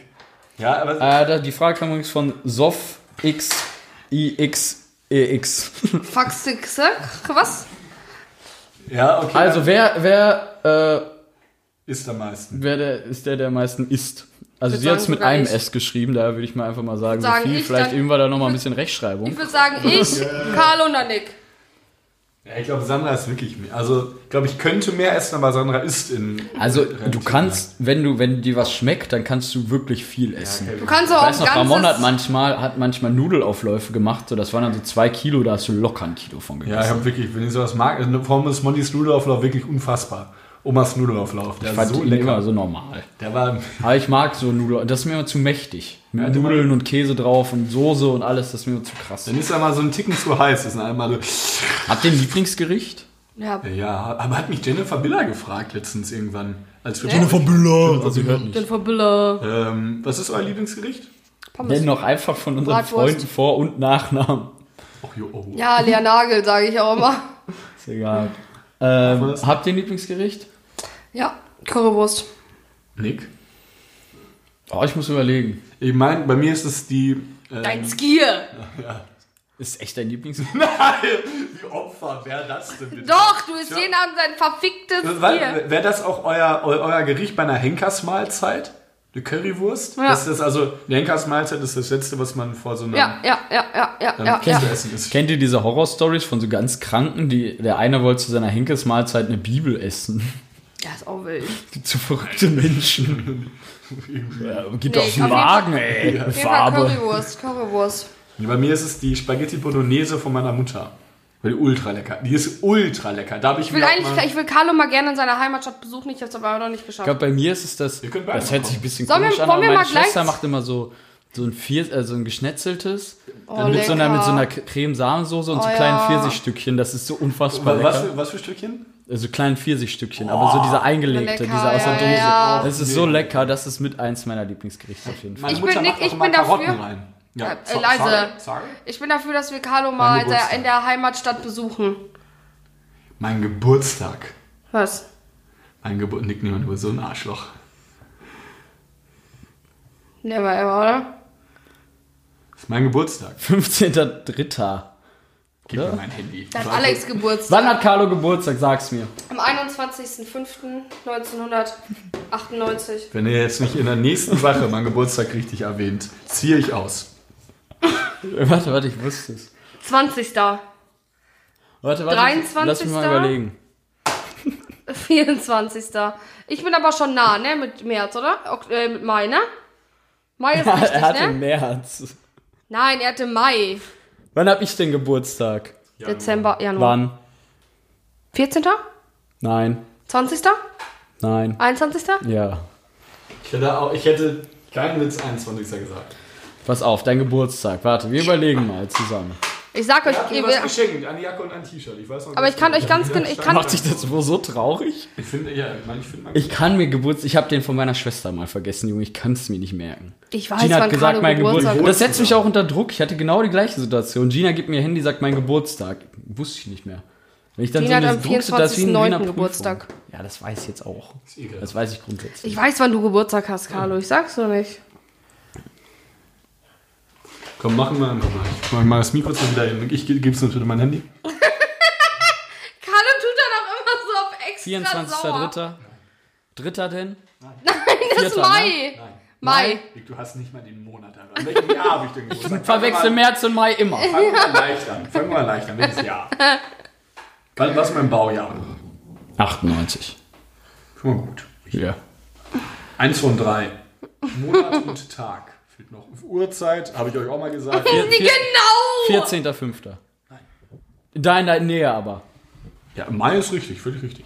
[SPEAKER 2] Ja, aber
[SPEAKER 1] Äh, da, die Frage kam übrigens von Sof X I X E X.
[SPEAKER 4] Faxe, äh, was?
[SPEAKER 2] ja, okay.
[SPEAKER 1] Also wer wer äh,
[SPEAKER 2] ist am meisten.
[SPEAKER 1] wer der ist der der am meisten isst? Also
[SPEAKER 4] Ich würd
[SPEAKER 1] sie hat es
[SPEAKER 4] sagen,
[SPEAKER 1] mit
[SPEAKER 4] sogar
[SPEAKER 1] einem
[SPEAKER 4] ich.
[SPEAKER 1] S geschrieben, daher würde ich mal einfach mal sagen,
[SPEAKER 4] sagen,
[SPEAKER 1] so viel.
[SPEAKER 4] ich,
[SPEAKER 1] Vielleicht
[SPEAKER 4] dann-
[SPEAKER 1] üben wir da noch mal ein
[SPEAKER 4] ich-
[SPEAKER 1] bisschen Rechtschreibung.
[SPEAKER 4] Ich würde sagen, ich, Carlo und dann Nick.
[SPEAKER 2] Ja, ich glaube, Sandra ist wirklich mehr. Also, ich glaube, ich könnte mehr essen, aber Sandra isst in.
[SPEAKER 1] Also du
[SPEAKER 2] relativ
[SPEAKER 1] kannst, wenn du wenn dir was schmeckt, dann kannst du wirklich viel essen.
[SPEAKER 4] Du kannst auch
[SPEAKER 1] Ich
[SPEAKER 4] ein
[SPEAKER 1] weiß noch, Ramon hat
[SPEAKER 4] ganzes...
[SPEAKER 1] manchmal, hat manchmal Nudelaufläufe gemacht, so das waren dann so zwei Kilo, da hast du locker ein Kilo von
[SPEAKER 2] Ja, ich
[SPEAKER 1] gegessen.
[SPEAKER 2] habe wirklich, wenn ich sowas mag, eine Form ist Montys Nudelauflauf wirklich unfassbar. Omas Nudelauflauf, der
[SPEAKER 1] ich
[SPEAKER 2] war
[SPEAKER 1] fand
[SPEAKER 2] so
[SPEAKER 1] ihn immer
[SPEAKER 2] lecker.
[SPEAKER 1] so normal.
[SPEAKER 2] Der war
[SPEAKER 1] Aber ich mag so Nudeln. Das ist mir immer zu mächtig. Mit
[SPEAKER 2] Ja,
[SPEAKER 1] Nudeln und Käse drauf und Soße und alles, das ist mir immer zu krass.
[SPEAKER 2] Dann ist er mal so ein Ticken zu heiß. Das sind einmal so.
[SPEAKER 1] Habt ihr ein Lieblingsgericht?
[SPEAKER 4] Ja,
[SPEAKER 2] Ja, aber hat mich Jennifer Biller gefragt letztens irgendwann. Als wir
[SPEAKER 1] Büller. Also hört nicht.
[SPEAKER 4] Jennifer Biller.
[SPEAKER 2] Ähm, was ist euer Lieblingsgericht?
[SPEAKER 1] Nenn
[SPEAKER 4] Pommes.
[SPEAKER 1] noch einfach von unseren
[SPEAKER 4] Bratwurst.
[SPEAKER 1] Freunden Vor- und Nachnamen.
[SPEAKER 2] Och, jo, oh.
[SPEAKER 4] Ja, Lea Nagel, sage ich auch immer.
[SPEAKER 1] Ist egal. Ähm,
[SPEAKER 2] Was?
[SPEAKER 1] habt ihr ein Lieblingsgericht?
[SPEAKER 4] Ja, Currywurst.
[SPEAKER 2] Nick?
[SPEAKER 1] Oh, ich muss überlegen.
[SPEAKER 2] Ich meine, bei mir ist es die. ähm,
[SPEAKER 4] Dein Skier.
[SPEAKER 1] Ist echt dein Lieblingsgericht?
[SPEAKER 2] Wie Opfer, wer das denn bitte?
[SPEAKER 4] Doch, du isst jeden Abend sein verficktes Skier.
[SPEAKER 2] Wäre das auch euer, eu, euer Gericht bei einer Henkersmahlzeit? Eine Currywurst?
[SPEAKER 4] Ja.
[SPEAKER 2] Das ist also, eine Henkersmahlzeit ist das Letzte, was man vor so einer
[SPEAKER 4] Ja, ja, ja, ja, ja,
[SPEAKER 2] ähm,
[SPEAKER 4] ja.
[SPEAKER 2] Kiste
[SPEAKER 4] ja.
[SPEAKER 2] essen ist.
[SPEAKER 1] Kennt ihr diese Horror-Stories von so ganz Kranken, die der eine wollte zu seiner Henkesmahlzeit eine Bibel essen?
[SPEAKER 4] Ja, ist auch wild.
[SPEAKER 1] Gibt so verrückte Menschen. ja, geht
[SPEAKER 4] Nee,
[SPEAKER 1] auf den
[SPEAKER 4] auf jeden
[SPEAKER 1] Magen, ey.
[SPEAKER 4] Auf jeden Fall
[SPEAKER 1] Farbe.
[SPEAKER 4] Currywurst, Currywurst.
[SPEAKER 2] Bei mir ist es die Spaghetti Bolognese von meiner Mutter. Weil die ultra lecker. Die ist ultra lecker. Da habe ich,
[SPEAKER 4] Ich will
[SPEAKER 2] mir auch
[SPEAKER 4] eigentlich, ich will Carlo mal gerne in seiner Heimatstadt besuchen, ich hab's aber noch nicht
[SPEAKER 1] Ich
[SPEAKER 4] geschafft.
[SPEAKER 1] glaube, bei mir ist es das.
[SPEAKER 2] Ihr könnt bei
[SPEAKER 1] Das
[SPEAKER 2] einem
[SPEAKER 1] hört sich ein bisschen
[SPEAKER 4] Sollen wir-
[SPEAKER 1] komisch an,
[SPEAKER 4] wollen
[SPEAKER 1] aber
[SPEAKER 4] wir
[SPEAKER 1] meine
[SPEAKER 4] mal gleich-
[SPEAKER 1] Schwester macht immer so, so, ein Vier, äh, so ein geschnetzeltes.
[SPEAKER 4] Oh,
[SPEAKER 1] dann mit so, einer, mit so einer
[SPEAKER 4] lecker.
[SPEAKER 1] Creme-Sahnesoße und so
[SPEAKER 4] Oh,
[SPEAKER 1] kleinen
[SPEAKER 4] ja.
[SPEAKER 1] Pfirsichstückchen. Das ist so unfassbar
[SPEAKER 2] mal, was,
[SPEAKER 1] lecker.
[SPEAKER 2] für- was für Stückchen?
[SPEAKER 1] Also kleinen Pfirsichstückchen, aber so dieser eingelegte,
[SPEAKER 4] Oh, Lecker,
[SPEAKER 1] dieser aus der
[SPEAKER 4] ja,
[SPEAKER 1] Dose.
[SPEAKER 4] ja.
[SPEAKER 1] Das ist so lecker, das ist mit eins meiner Lieblingsgerichte auf jeden Fall.
[SPEAKER 2] Meine
[SPEAKER 4] Ich bin Nick,
[SPEAKER 2] macht auch
[SPEAKER 4] ich
[SPEAKER 2] immer
[SPEAKER 4] bin
[SPEAKER 2] Karotten
[SPEAKER 4] dafür.
[SPEAKER 2] Rein. Ja,
[SPEAKER 4] Äh, äh,
[SPEAKER 2] so-
[SPEAKER 4] leise.
[SPEAKER 2] Sorry, sorry.
[SPEAKER 4] Ich bin dafür, dass wir Carlo mal in der,
[SPEAKER 2] Geburtstag.
[SPEAKER 4] in der Heimatstadt besuchen.
[SPEAKER 2] Mein Geburtstag.
[SPEAKER 4] Was?
[SPEAKER 2] Mein Geburtstag. Nick Niemann, du bist so ein Arschloch.
[SPEAKER 4] Never ever, oder?
[SPEAKER 2] Das ist mein Geburtstag.
[SPEAKER 1] 15.03.
[SPEAKER 2] Gib
[SPEAKER 1] Ja.
[SPEAKER 2] mir mein Handy.
[SPEAKER 4] Dann
[SPEAKER 2] Warte.
[SPEAKER 4] Alex Geburtstag.
[SPEAKER 1] Wann hat Carlo Geburtstag? Sag's mir.
[SPEAKER 4] Am 21.05.1998.
[SPEAKER 2] Wenn ihr jetzt nicht in der nächsten Sache meinen Geburtstag richtig erwähnt, ziehe ich aus.
[SPEAKER 1] Äh, Warte, warte, ich wusste es.
[SPEAKER 4] 20.
[SPEAKER 1] Warte, warte. Lass mich mal
[SPEAKER 4] 23.
[SPEAKER 1] überlegen.
[SPEAKER 4] 24. Ich bin aber schon nah, ne? Mit März, oder? Ok äh, mit Mai, ne? Mai ist richtig,
[SPEAKER 1] er hat im
[SPEAKER 4] ne?
[SPEAKER 1] März.
[SPEAKER 4] Nein, er hatte Mai.
[SPEAKER 1] Wann hab ich denn Geburtstag?
[SPEAKER 4] Dezember, Januar.
[SPEAKER 1] Wann?
[SPEAKER 4] 14.
[SPEAKER 1] Nein.
[SPEAKER 4] 20.
[SPEAKER 1] Nein.
[SPEAKER 4] 21.
[SPEAKER 1] Ja.
[SPEAKER 2] Ich hätte, auch, ich hätte keinen Witz 21. gesagt.
[SPEAKER 1] Pass auf, dein Geburtstag. Warte, wir überlegen mal zusammen.
[SPEAKER 4] Ich sag euch,
[SPEAKER 2] Ich
[SPEAKER 4] ihr
[SPEAKER 2] was
[SPEAKER 4] will,
[SPEAKER 2] geschenkt, eine Jacke und ein T-Shirt. Ich weiß noch
[SPEAKER 4] aber ich kann euch ganz genau, ich kann,
[SPEAKER 1] Macht sich das wohl so traurig?
[SPEAKER 2] Ich finde, ja, ich meine, ich finde mal.
[SPEAKER 1] Ich kann mir Geburts... Ich habe den von meiner Schwester mal vergessen, Junge. Ich kann es mir nicht merken.
[SPEAKER 4] ich weiß,
[SPEAKER 1] Gina
[SPEAKER 4] wann
[SPEAKER 1] hat gesagt,
[SPEAKER 4] gerade
[SPEAKER 1] mein
[SPEAKER 4] Geburtstag
[SPEAKER 1] Geburtstag.
[SPEAKER 4] ist.
[SPEAKER 1] Das setzt mich auch unter Druck. Ich hatte genau die gleiche Situation. Gina gibt mir ihr Handy, sagt mein Geburtstag. Wusste ich nicht mehr. Wenn ich dann
[SPEAKER 4] Gina
[SPEAKER 1] so
[SPEAKER 4] hat
[SPEAKER 1] eine
[SPEAKER 4] am
[SPEAKER 1] Druckste, das ist wie in
[SPEAKER 4] 24.09.
[SPEAKER 1] Wiener Prüfung.
[SPEAKER 4] Geburtstag.
[SPEAKER 1] Ja, das weiß ich jetzt auch. Das weiß ich grundsätzlich.
[SPEAKER 4] Ich weiß, wann du Geburtstag hast, Carlo. Ich sag's nur nicht.
[SPEAKER 2] Komm, machen wir einfach mal. Ich mach mal das Mikro zu wieder hin. Ich gebe es natürlich mein Handy.
[SPEAKER 4] Carlo tut dann auch immer so auf extra 24. sauer.
[SPEAKER 1] 24.03. Dritter denn?
[SPEAKER 4] Das ist
[SPEAKER 1] Vierter, ne?
[SPEAKER 4] Mai. Mai.
[SPEAKER 2] Du hast nicht mal den Monat an. An welchem Jahr habe ich denn Geburtstag?
[SPEAKER 1] Verwechsel März und Mai immer.
[SPEAKER 2] Fangen wir mal leicht an. Fangen wir mal leicht an. Welches Jahr? Was was ist mein Baujahr?
[SPEAKER 1] 98.
[SPEAKER 2] Schon mal gut.
[SPEAKER 1] Ja.
[SPEAKER 2] Eins von drei. Monat und Tag. Fehlt noch Uhrzeit, habe ich euch auch mal gesagt.
[SPEAKER 4] Genau.
[SPEAKER 1] 14.05. Da in der Nähe aber.
[SPEAKER 2] Ja, Mai ist richtig, völlig richtig.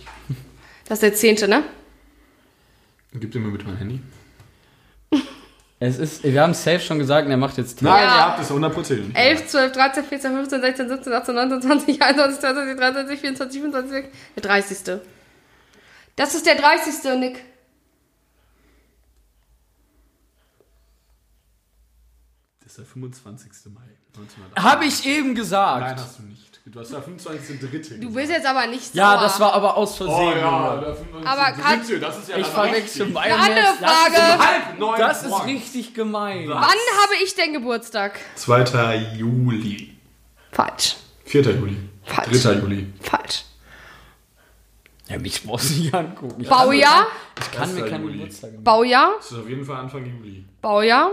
[SPEAKER 4] Das ist der 10., ne?
[SPEAKER 2] Gib dir mir bitte mein Handy.
[SPEAKER 1] Es ist, wir haben safe schon gesagt und er macht jetzt Tee.
[SPEAKER 2] Nein,
[SPEAKER 4] Ja.
[SPEAKER 2] ihr habt es 100%.
[SPEAKER 4] 11, 12, 13, 14, 15, 16, 17, 18, 19, 20, 21, 22, 23, 24, 25, der 30. Das ist der 30. Nick.
[SPEAKER 2] Das ist der 25. Mai. 1980.
[SPEAKER 1] Habe ich eben gesagt.
[SPEAKER 2] Nein, hast du nicht. Du hast der 25. Dritte.
[SPEAKER 4] Du bist jetzt aber nicht sauer.
[SPEAKER 1] ja, das war aber aus Versehen.
[SPEAKER 2] Oh ja,
[SPEAKER 1] Junge.
[SPEAKER 2] der 25.
[SPEAKER 4] Aber kann-
[SPEAKER 2] Dritte, das ist ja
[SPEAKER 1] Ich
[SPEAKER 2] dann
[SPEAKER 1] verwechsel
[SPEAKER 2] richtig.
[SPEAKER 1] Mai
[SPEAKER 4] Eine
[SPEAKER 1] und
[SPEAKER 4] andere
[SPEAKER 1] März. Das ist-
[SPEAKER 4] Frage.
[SPEAKER 2] Halb neun
[SPEAKER 1] Das ist
[SPEAKER 2] morgens.
[SPEAKER 1] richtig gemein.
[SPEAKER 4] Wann habe ich denn Geburtstag?
[SPEAKER 2] 2. Juli.
[SPEAKER 4] Falsch.
[SPEAKER 2] 4. Juli.
[SPEAKER 4] Falsch.
[SPEAKER 2] 3. Juli.
[SPEAKER 4] Falsch.
[SPEAKER 1] Ja, mich brauchst du nicht angucken. Ich
[SPEAKER 4] Baujahr?
[SPEAKER 1] kann, kann mir
[SPEAKER 2] Erster
[SPEAKER 1] keinen
[SPEAKER 2] Juli.
[SPEAKER 1] Geburtstag machen.
[SPEAKER 4] Baujahr?
[SPEAKER 2] Das ist auf jeden Fall Anfang Juli.
[SPEAKER 4] Baujahr?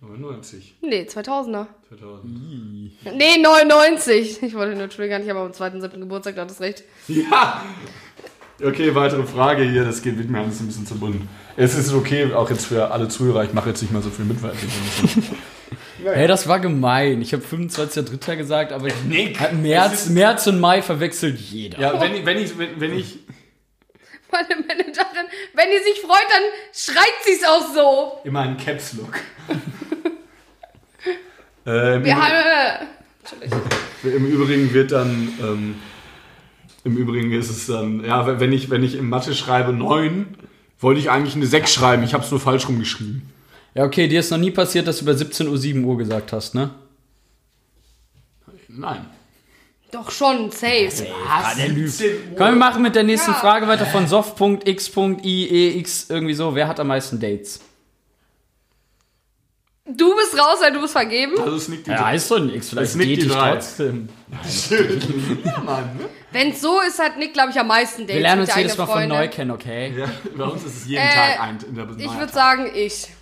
[SPEAKER 2] 99.
[SPEAKER 4] Nee, 2000er.
[SPEAKER 2] 2000.
[SPEAKER 4] Nee, 99. Ich wollte nur triggern, ich habe am 2.7. Geburtstag, du hattest recht.
[SPEAKER 2] Ja! Okay, weitere Frage hier. Das geht mit mir alles ein bisschen zu bunt. Es ist okay, auch jetzt für alle Zuhörer. Ich mache jetzt nicht mehr so viel mit, weil ich
[SPEAKER 1] Ey, das war gemein. Ich habe 25.03. gesagt, aber ich März, März und Mai verwechselt jeder.
[SPEAKER 2] Ja, wenn, ich- wenn ich, wenn, wenn ich,
[SPEAKER 4] Meine Managerin, wenn die sich freut, dann schreit sie es auch so.
[SPEAKER 2] immer einen Caps Look. äh, im,
[SPEAKER 4] Wir
[SPEAKER 2] Übrigen-
[SPEAKER 4] haben.
[SPEAKER 2] Im Übrigen wird dann, ähm, im Übrigen ist es dann, ja, wenn ich, wenn ich in Mathe schreibe 9, wollte ich eigentlich eine 6 schreiben. Ich habe es nur falsch rumgeschrieben.
[SPEAKER 1] Ja, okay, dir ist noch nie passiert, dass du bei 17 Uhr 7 Uhr gesagt hast, ne?
[SPEAKER 2] Nein.
[SPEAKER 4] äh, Doch schon, safe.
[SPEAKER 1] Ah, der lügt. Komm, wir machen mit der nächsten Frage weiter von soft.x.iex e irgendwie so. Wer hat am meisten Dates?
[SPEAKER 4] Du bist raus, weil du bist vergeben.
[SPEAKER 2] Also es nickt die
[SPEAKER 1] ist doch nix. Vielleicht
[SPEAKER 2] Das nickt die drei.
[SPEAKER 1] trotzdem.
[SPEAKER 2] ja, Mann, ne?
[SPEAKER 4] Wenn es so ist, hat Nick, glaube ich, am meisten Dates
[SPEAKER 1] Wir lernen
[SPEAKER 4] mit
[SPEAKER 1] uns
[SPEAKER 4] der
[SPEAKER 1] jedes Mal
[SPEAKER 4] eigenen
[SPEAKER 1] von neu
[SPEAKER 4] Freundin.
[SPEAKER 1] kennen, okay?
[SPEAKER 2] Ja, bei uns ist es jeden
[SPEAKER 4] Äh,
[SPEAKER 2] Tag ein in der
[SPEAKER 4] Ich
[SPEAKER 2] Neuer
[SPEAKER 4] würde
[SPEAKER 2] Tag.
[SPEAKER 4] sagen, ich.
[SPEAKER 1] Hm.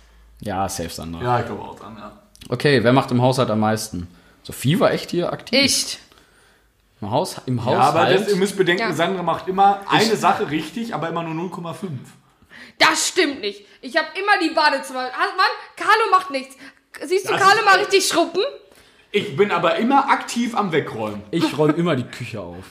[SPEAKER 1] Ja, safe Sandra.
[SPEAKER 2] Ja, ich glaube auch dran, ja.
[SPEAKER 1] Okay, wer macht im Haushalt am meisten? Sophie war echt hier aktiv.
[SPEAKER 4] Ich.
[SPEAKER 1] Im, Haus, im
[SPEAKER 2] Ja, aber das, ihr
[SPEAKER 1] Haushalt.
[SPEAKER 2] müsst bedenken,
[SPEAKER 4] Ja.
[SPEAKER 2] Sandra macht immer eine Sache richtig, aber immer nur 0,5.
[SPEAKER 4] Das stimmt nicht. Ich habe immer die Badezimmer. Hast Mann, Carlo macht nichts. Siehst du
[SPEAKER 2] Das
[SPEAKER 4] Carlo
[SPEAKER 2] ist-
[SPEAKER 4] mal richtig schruppen?
[SPEAKER 2] Ich bin aber immer aktiv am Wegräumen.
[SPEAKER 1] ich räume immer die Küche auf.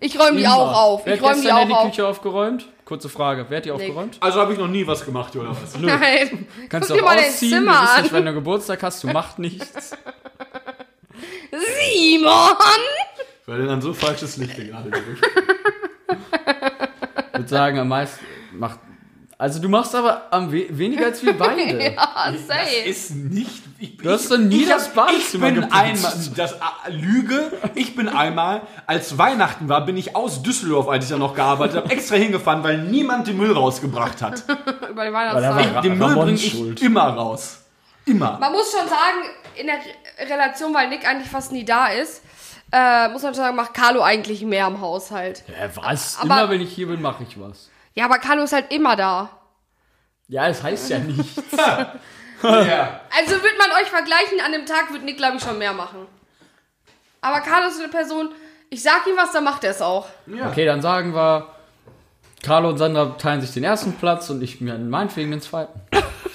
[SPEAKER 4] Ich räume die auch auf.
[SPEAKER 1] Wer
[SPEAKER 4] Ich
[SPEAKER 1] hat
[SPEAKER 4] räume die
[SPEAKER 1] gestern denn
[SPEAKER 4] auch
[SPEAKER 1] die
[SPEAKER 4] auf.
[SPEAKER 1] Küche aufgeräumt? Kurze Frage. Wer hat die aufgeräumt?
[SPEAKER 2] Also habe ich noch nie was gemacht, oder was?
[SPEAKER 4] Nein.
[SPEAKER 1] Kannst
[SPEAKER 4] Guck
[SPEAKER 1] du
[SPEAKER 4] dir
[SPEAKER 1] auch
[SPEAKER 4] mal dein
[SPEAKER 1] ausziehen. Du
[SPEAKER 4] Zimmer
[SPEAKER 1] bist
[SPEAKER 4] an.
[SPEAKER 1] nicht, wenn du Geburtstag hast, du machst nichts.
[SPEAKER 4] Simon!
[SPEAKER 2] Weil denn dann so falsches Licht hier gerade durch.
[SPEAKER 1] Ich würde sagen, am meisten macht. Also du machst aber am we weniger als wir beide.
[SPEAKER 4] Ah, safe.
[SPEAKER 2] ist nicht. Ich,
[SPEAKER 1] Du hast doch nie das Badezimmer
[SPEAKER 2] Ich bin
[SPEAKER 1] geputzt.
[SPEAKER 2] einmal, das äh, Lüge, ich bin einmal, als Weihnachten war, bin ich aus Düsseldorf, als ich da noch gearbeitet habe, extra hingefahren, weil niemand den Müll rausgebracht hat.
[SPEAKER 4] Über die Weihnachtszeit.
[SPEAKER 1] Ra-
[SPEAKER 2] Den Müll
[SPEAKER 1] Ramon
[SPEAKER 2] bringe ich
[SPEAKER 1] schuld.
[SPEAKER 2] immer raus. Immer.
[SPEAKER 4] Man muss schon sagen, in der Re- Relation, weil Nick eigentlich fast nie da ist, äh, muss man schon sagen, macht Carlo eigentlich mehr im Haushalt.
[SPEAKER 1] Äh, was?
[SPEAKER 4] Aber-
[SPEAKER 1] immer wenn ich hier bin, mache ich was.
[SPEAKER 4] Ja, aber Carlo ist halt immer da.
[SPEAKER 1] Ja, das heißt ja nicht.
[SPEAKER 4] Also wird man euch vergleichen, an dem Tag wird Nick, glaube ich, schon mehr machen. Aber Carlo ist eine Person, ich sag ihm was, dann macht er es auch.
[SPEAKER 1] Okay, dann sagen wir, Carlo und Sandra teilen sich den ersten Platz und ich mir meinetwegen den zweiten.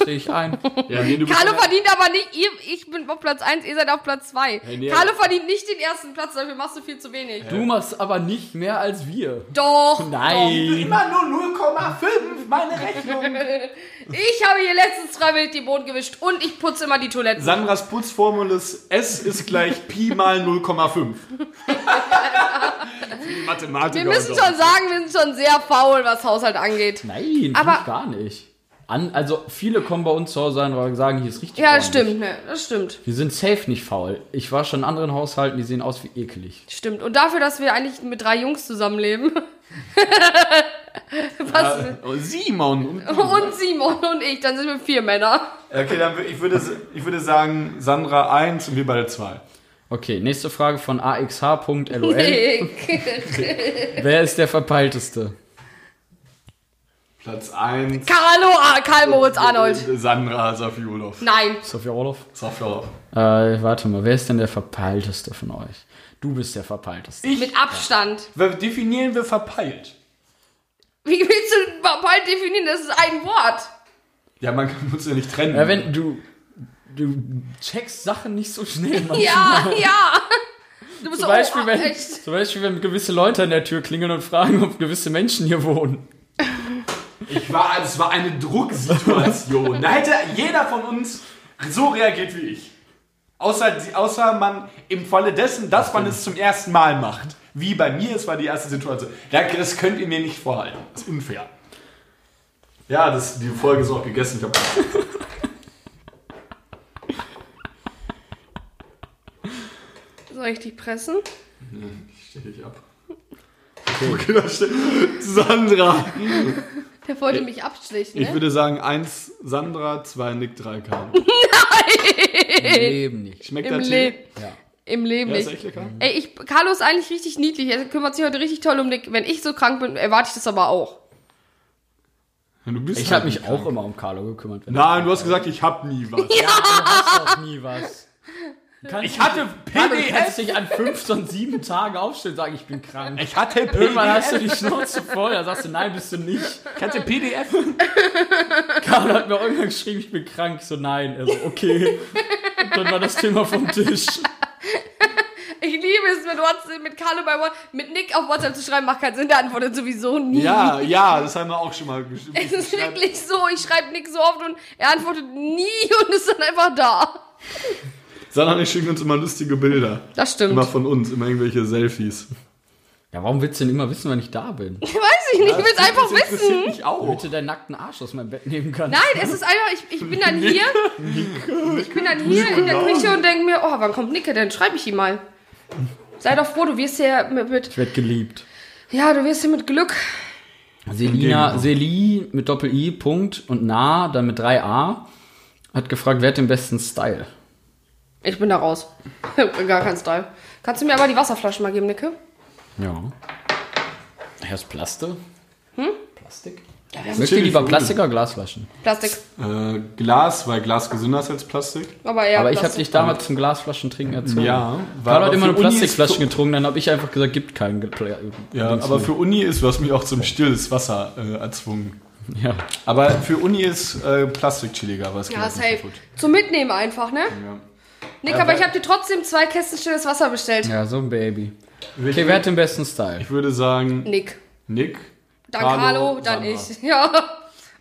[SPEAKER 1] Sehe ich ein.
[SPEAKER 2] Ja, nee, du bist-
[SPEAKER 4] Carlo verdient aber nicht, ihr, ich bin auf Platz 1, ihr seid auf Platz 2.
[SPEAKER 2] nee,
[SPEAKER 4] Carlo verdient nicht den ersten Platz, dafür machst du viel zu wenig.
[SPEAKER 1] Du machst aber nicht mehr als wir.
[SPEAKER 4] Doch.
[SPEAKER 1] Nein.
[SPEAKER 2] immer nur 0,5. Meine Rechnung.
[SPEAKER 4] Ich habe hier letztens freiwillig den Boden gewischt und ich putze immer die Toiletten.
[SPEAKER 2] Sandras Putzformel ist S ist gleich Pi mal 0,5. Mathematiker.
[SPEAKER 4] wir müssen schon sagen, wir sind schon sehr faul, was Haushalt angeht.
[SPEAKER 1] Nein,
[SPEAKER 4] Aber-
[SPEAKER 1] aber gar nicht. An, also viele kommen bei uns zu Hause an und sagen, hier ist richtig
[SPEAKER 4] Ja, das
[SPEAKER 1] ordentlich.
[SPEAKER 4] stimmt, ne, das stimmt.
[SPEAKER 1] Wir sind safe nicht faul. Ich war schon in anderen Haushalten, die sehen aus wie ekelig.
[SPEAKER 4] Stimmt. Und dafür, dass wir eigentlich mit drei Jungs zusammenleben. Was?
[SPEAKER 2] Äh, Simon. Und
[SPEAKER 4] Und Simon und ich, dann sind wir vier Männer.
[SPEAKER 2] okay, dann wür- ich würde, ich würde sagen, Sandra 1 und wir beide 2.
[SPEAKER 1] Okay, nächste Frage von axh.lol.
[SPEAKER 4] Nick.
[SPEAKER 1] Wer ist der verpeilteste?
[SPEAKER 2] Platz 1.
[SPEAKER 4] Carlo, ah, Karl Moritz
[SPEAKER 2] oh,
[SPEAKER 4] Arnold.
[SPEAKER 2] Sandra Safiulov.
[SPEAKER 4] Nein.
[SPEAKER 1] Sophia Orloff?
[SPEAKER 2] Safiulov.
[SPEAKER 1] Äh, warte mal, wer ist denn der verpeilteste von euch? Du bist der verpeilteste.
[SPEAKER 4] Mit Abstand.
[SPEAKER 2] Definieren wir verpeilt.
[SPEAKER 4] Wie willst du bald definieren, das ist ein Wort?
[SPEAKER 2] Ja, man kann uns ja nicht trennen.
[SPEAKER 1] Ja, wenn du. Du checkst Sachen nicht so schnell. Mann.
[SPEAKER 4] Ja, ja. Du bist
[SPEAKER 1] Zum Beispiel,
[SPEAKER 4] oh,
[SPEAKER 1] wenn,
[SPEAKER 4] echt.
[SPEAKER 1] zum Beispiel, wenn gewisse Leute an der Tür klingeln und fragen, ob gewisse Menschen hier wohnen.
[SPEAKER 2] Ich war, also es war eine Drucksituation. Da hätte jeder von uns so reagiert wie ich. Außer, außer man im Falle dessen, dass man es zum ersten Mal macht. Wie bei mir, es war die erste Situation. Da- Das könnt ihr mir nicht vorhalten. Das ist unfair. Ja, das, die Folge ist auch gegessen. Ich hab,
[SPEAKER 4] Soll ich dich pressen?
[SPEAKER 2] stell dich ab. Okay, da steht- Sandra.
[SPEAKER 4] Der wollte mich abstechen,
[SPEAKER 2] Ich
[SPEAKER 4] ne?
[SPEAKER 2] würde sagen, eins Sandra, zwei Nick, drei Karl.
[SPEAKER 1] Im Leben nicht.
[SPEAKER 2] Schmeckt
[SPEAKER 4] Im,
[SPEAKER 2] der
[SPEAKER 4] Le
[SPEAKER 2] Tee?
[SPEAKER 4] Im Leben
[SPEAKER 2] Ja, ist
[SPEAKER 4] nicht.
[SPEAKER 2] echt lecker.
[SPEAKER 4] Ey, ich, Carlo ist eigentlich richtig niedlich. Er kümmert sich heute richtig toll um Nick. Wenn ich so krank bin, erwarte ich das aber auch.
[SPEAKER 2] Du bist
[SPEAKER 1] Ich
[SPEAKER 2] halt
[SPEAKER 1] habe mich
[SPEAKER 2] nicht
[SPEAKER 1] auch
[SPEAKER 2] krank.
[SPEAKER 1] immer um Carlo gekümmert. Wenn
[SPEAKER 2] Nein, du hast gesagt, ich hab nie was.
[SPEAKER 1] Du hast doch nie was.
[SPEAKER 2] Ich hatte
[SPEAKER 1] Carlo, du
[SPEAKER 2] PDS.
[SPEAKER 1] kannst dich an fünf von sieben Tagen aufstellen und sagen, ich bin krank.
[SPEAKER 2] Ich hatte
[SPEAKER 1] Irgendwann
[SPEAKER 2] PDS.
[SPEAKER 1] hast du die Schnauze voll, da sagst du, nein, bist du nicht.
[SPEAKER 2] Ich hatte PDF.
[SPEAKER 1] Carlo hat mir irgendwann geschrieben, ich bin krank. Ich so, nein. Er so, okay. Und dann war das Thema vom Tisch.
[SPEAKER 4] Ich liebe es, mit, WhatsApp, mit Carlo bei WhatsApp, mit Nick auf WhatsApp zu schreiben, macht keinen Sinn, der antwortet sowieso nie.
[SPEAKER 2] Ja, ja, das haben wir auch schon mal geschrieben.
[SPEAKER 4] Es ist wirklich so, ich schreibe Nick so oft und er antwortet nie und ist dann einfach da.
[SPEAKER 2] Sandra und ich schicken uns immer lustige Bilder.
[SPEAKER 4] Das stimmt.
[SPEAKER 2] Immer von uns, immer irgendwelche Selfies.
[SPEAKER 1] Ja, warum willst du denn immer wissen, wenn ich da bin?
[SPEAKER 4] Weiß ich nicht, ich will es einfach wissen.
[SPEAKER 2] Ich auch.
[SPEAKER 1] Damit du deinen nackten Arsch aus meinem Bett nehmen kannst.
[SPEAKER 4] Nein, es ist einfach, ich, ich bin dann hier, ich bin dann hier in der Küche und denke mir, oh, wann kommt Nick? Dann schreibe ich ihm mal. Sei doch froh, du wirst hier mit, mit
[SPEAKER 1] Ich werd geliebt.
[SPEAKER 4] ja, du wirst hier mit Glück.
[SPEAKER 1] Selina, Seli mit Doppel-I, Punkt und Na, dann mit 3a, hat gefragt, wer hat den besten Style?
[SPEAKER 4] Ich bin da raus. Gar kein Style. Kannst du mir aber die Wasserflaschen mal geben, Nicke?
[SPEAKER 1] Ja. Herr Plaste? Hm? Plastik?
[SPEAKER 4] Ja, wir
[SPEAKER 1] Mögt
[SPEAKER 4] haben
[SPEAKER 1] ihr
[SPEAKER 2] Natürlich
[SPEAKER 1] lieber
[SPEAKER 2] gut.
[SPEAKER 1] Plastik oder Glasflaschen?
[SPEAKER 4] Plastik.
[SPEAKER 2] Äh, Glas, weil Glas gesünder ist als Plastik.
[SPEAKER 4] Aber eher
[SPEAKER 1] aber ich habe
[SPEAKER 4] Plastik.
[SPEAKER 1] dich damals zum Glasflaschentrinken erzogen.
[SPEAKER 2] weil
[SPEAKER 1] Carlo hat immer
[SPEAKER 2] für
[SPEAKER 1] nur
[SPEAKER 2] Uni
[SPEAKER 1] Plastikflaschen
[SPEAKER 2] ist-
[SPEAKER 1] getrunken, dann habe ich einfach gesagt, gibt keinen. Ge- Pla-
[SPEAKER 2] Ja,
[SPEAKER 1] Dings
[SPEAKER 2] aber
[SPEAKER 1] mehr.
[SPEAKER 2] für Uni ist, du hast mich auch zum stilles Wasser äh, erzwungen.
[SPEAKER 1] Ja.
[SPEAKER 2] Aber für Uni ist äh, Plastik chilliger, aber es geht
[SPEAKER 4] Ja,
[SPEAKER 2] halt nicht
[SPEAKER 4] safe.
[SPEAKER 2] kaputt.
[SPEAKER 4] Zum Mitnehmen einfach, ne?
[SPEAKER 2] Ja.
[SPEAKER 4] Nick, aber ich habe dir trotzdem zwei Kästen stilles Wasser bestellt.
[SPEAKER 1] ja, so ein Baby. Okay, wer hat den besten Style?
[SPEAKER 2] Ich würde sagen,
[SPEAKER 4] Nick.
[SPEAKER 2] Nick.
[SPEAKER 4] Dann
[SPEAKER 2] Carlo,
[SPEAKER 4] Carlo, dann
[SPEAKER 2] Sandra.
[SPEAKER 4] ich. Ja.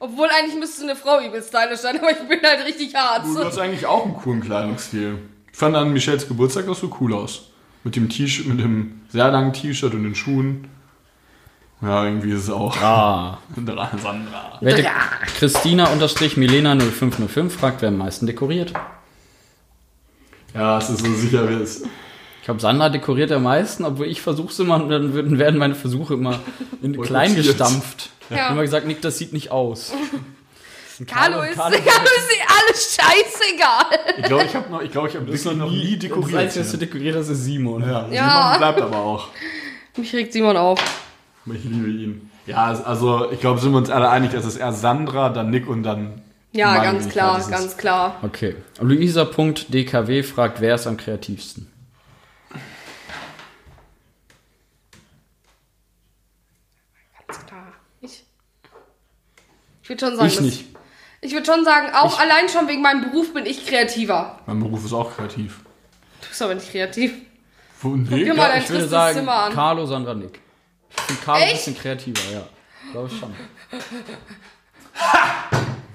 [SPEAKER 4] Obwohl eigentlich müsste eine Frau übel stylisch sein, aber ich bin halt richtig hart.
[SPEAKER 2] Du hast eigentlich auch einen coolen Kleidungsstil. Ich fand an Michels Geburtstag auch so cool aus. Mit dem T-Shirt, mit dem sehr langen T-Shirt und den Schuhen. Ja, irgendwie ist es auch.
[SPEAKER 1] Ah.
[SPEAKER 2] Dra- Sandra.
[SPEAKER 1] Wer hätte- Christina unterstrich Milena 0505 fragt, wer am meisten dekoriert.
[SPEAKER 2] Ja, es ist so sicher wie es.
[SPEAKER 1] Ich glaube, Sandra dekoriert am meisten, obwohl ich versuche es immer und dann würden, werden meine Versuche immer in klein
[SPEAKER 2] Boykottiert.
[SPEAKER 1] gestampft. Ich
[SPEAKER 4] Ja.
[SPEAKER 1] habe immer gesagt, Nick, das sieht nicht aus. Und
[SPEAKER 4] Carlo ist,
[SPEAKER 1] Carlo-
[SPEAKER 4] Carlo ist alles scheißegal.
[SPEAKER 2] Ich glaube, ich habe noch, ich glaub, ich hab das noch nie dekoriert.
[SPEAKER 1] Das Einzige, was du dekoriert hast, ist Simon.
[SPEAKER 2] ja,
[SPEAKER 4] Ja.
[SPEAKER 2] Simon bleibt aber auch.
[SPEAKER 4] Mich regt Simon auf.
[SPEAKER 2] Aber Ich liebe ihn. Ja, also ich glaube, sind wir uns alle einig, dass es ist eher Sandra, dann Nick und dann.
[SPEAKER 4] Ja,
[SPEAKER 2] Mann,
[SPEAKER 4] ganz
[SPEAKER 2] ich glaub,
[SPEAKER 4] klar,
[SPEAKER 2] das
[SPEAKER 4] ganz klar.
[SPEAKER 1] Okay. Luisa.dkw fragt, wer ist am kreativsten?
[SPEAKER 4] Ganz klar. Ich, ich würde schon sagen,
[SPEAKER 2] Ich
[SPEAKER 4] dass-
[SPEAKER 2] nicht.
[SPEAKER 4] ich würde schon sagen, auch allein schon wegen meinem Beruf bin ich kreativer.
[SPEAKER 2] ist- Mein Beruf ist auch kreativ.
[SPEAKER 4] Du bist aber nicht kreativ.
[SPEAKER 2] Wo- Nee,
[SPEAKER 4] Guck mal dein
[SPEAKER 1] Ich würde
[SPEAKER 4] tristes
[SPEAKER 1] sagen,
[SPEAKER 4] Zimmer an.
[SPEAKER 1] Carlo, Sandra, Nick. Ich finde Carlo
[SPEAKER 4] Echt?
[SPEAKER 1] ein bisschen kreativer, ja. Glaube ich schon.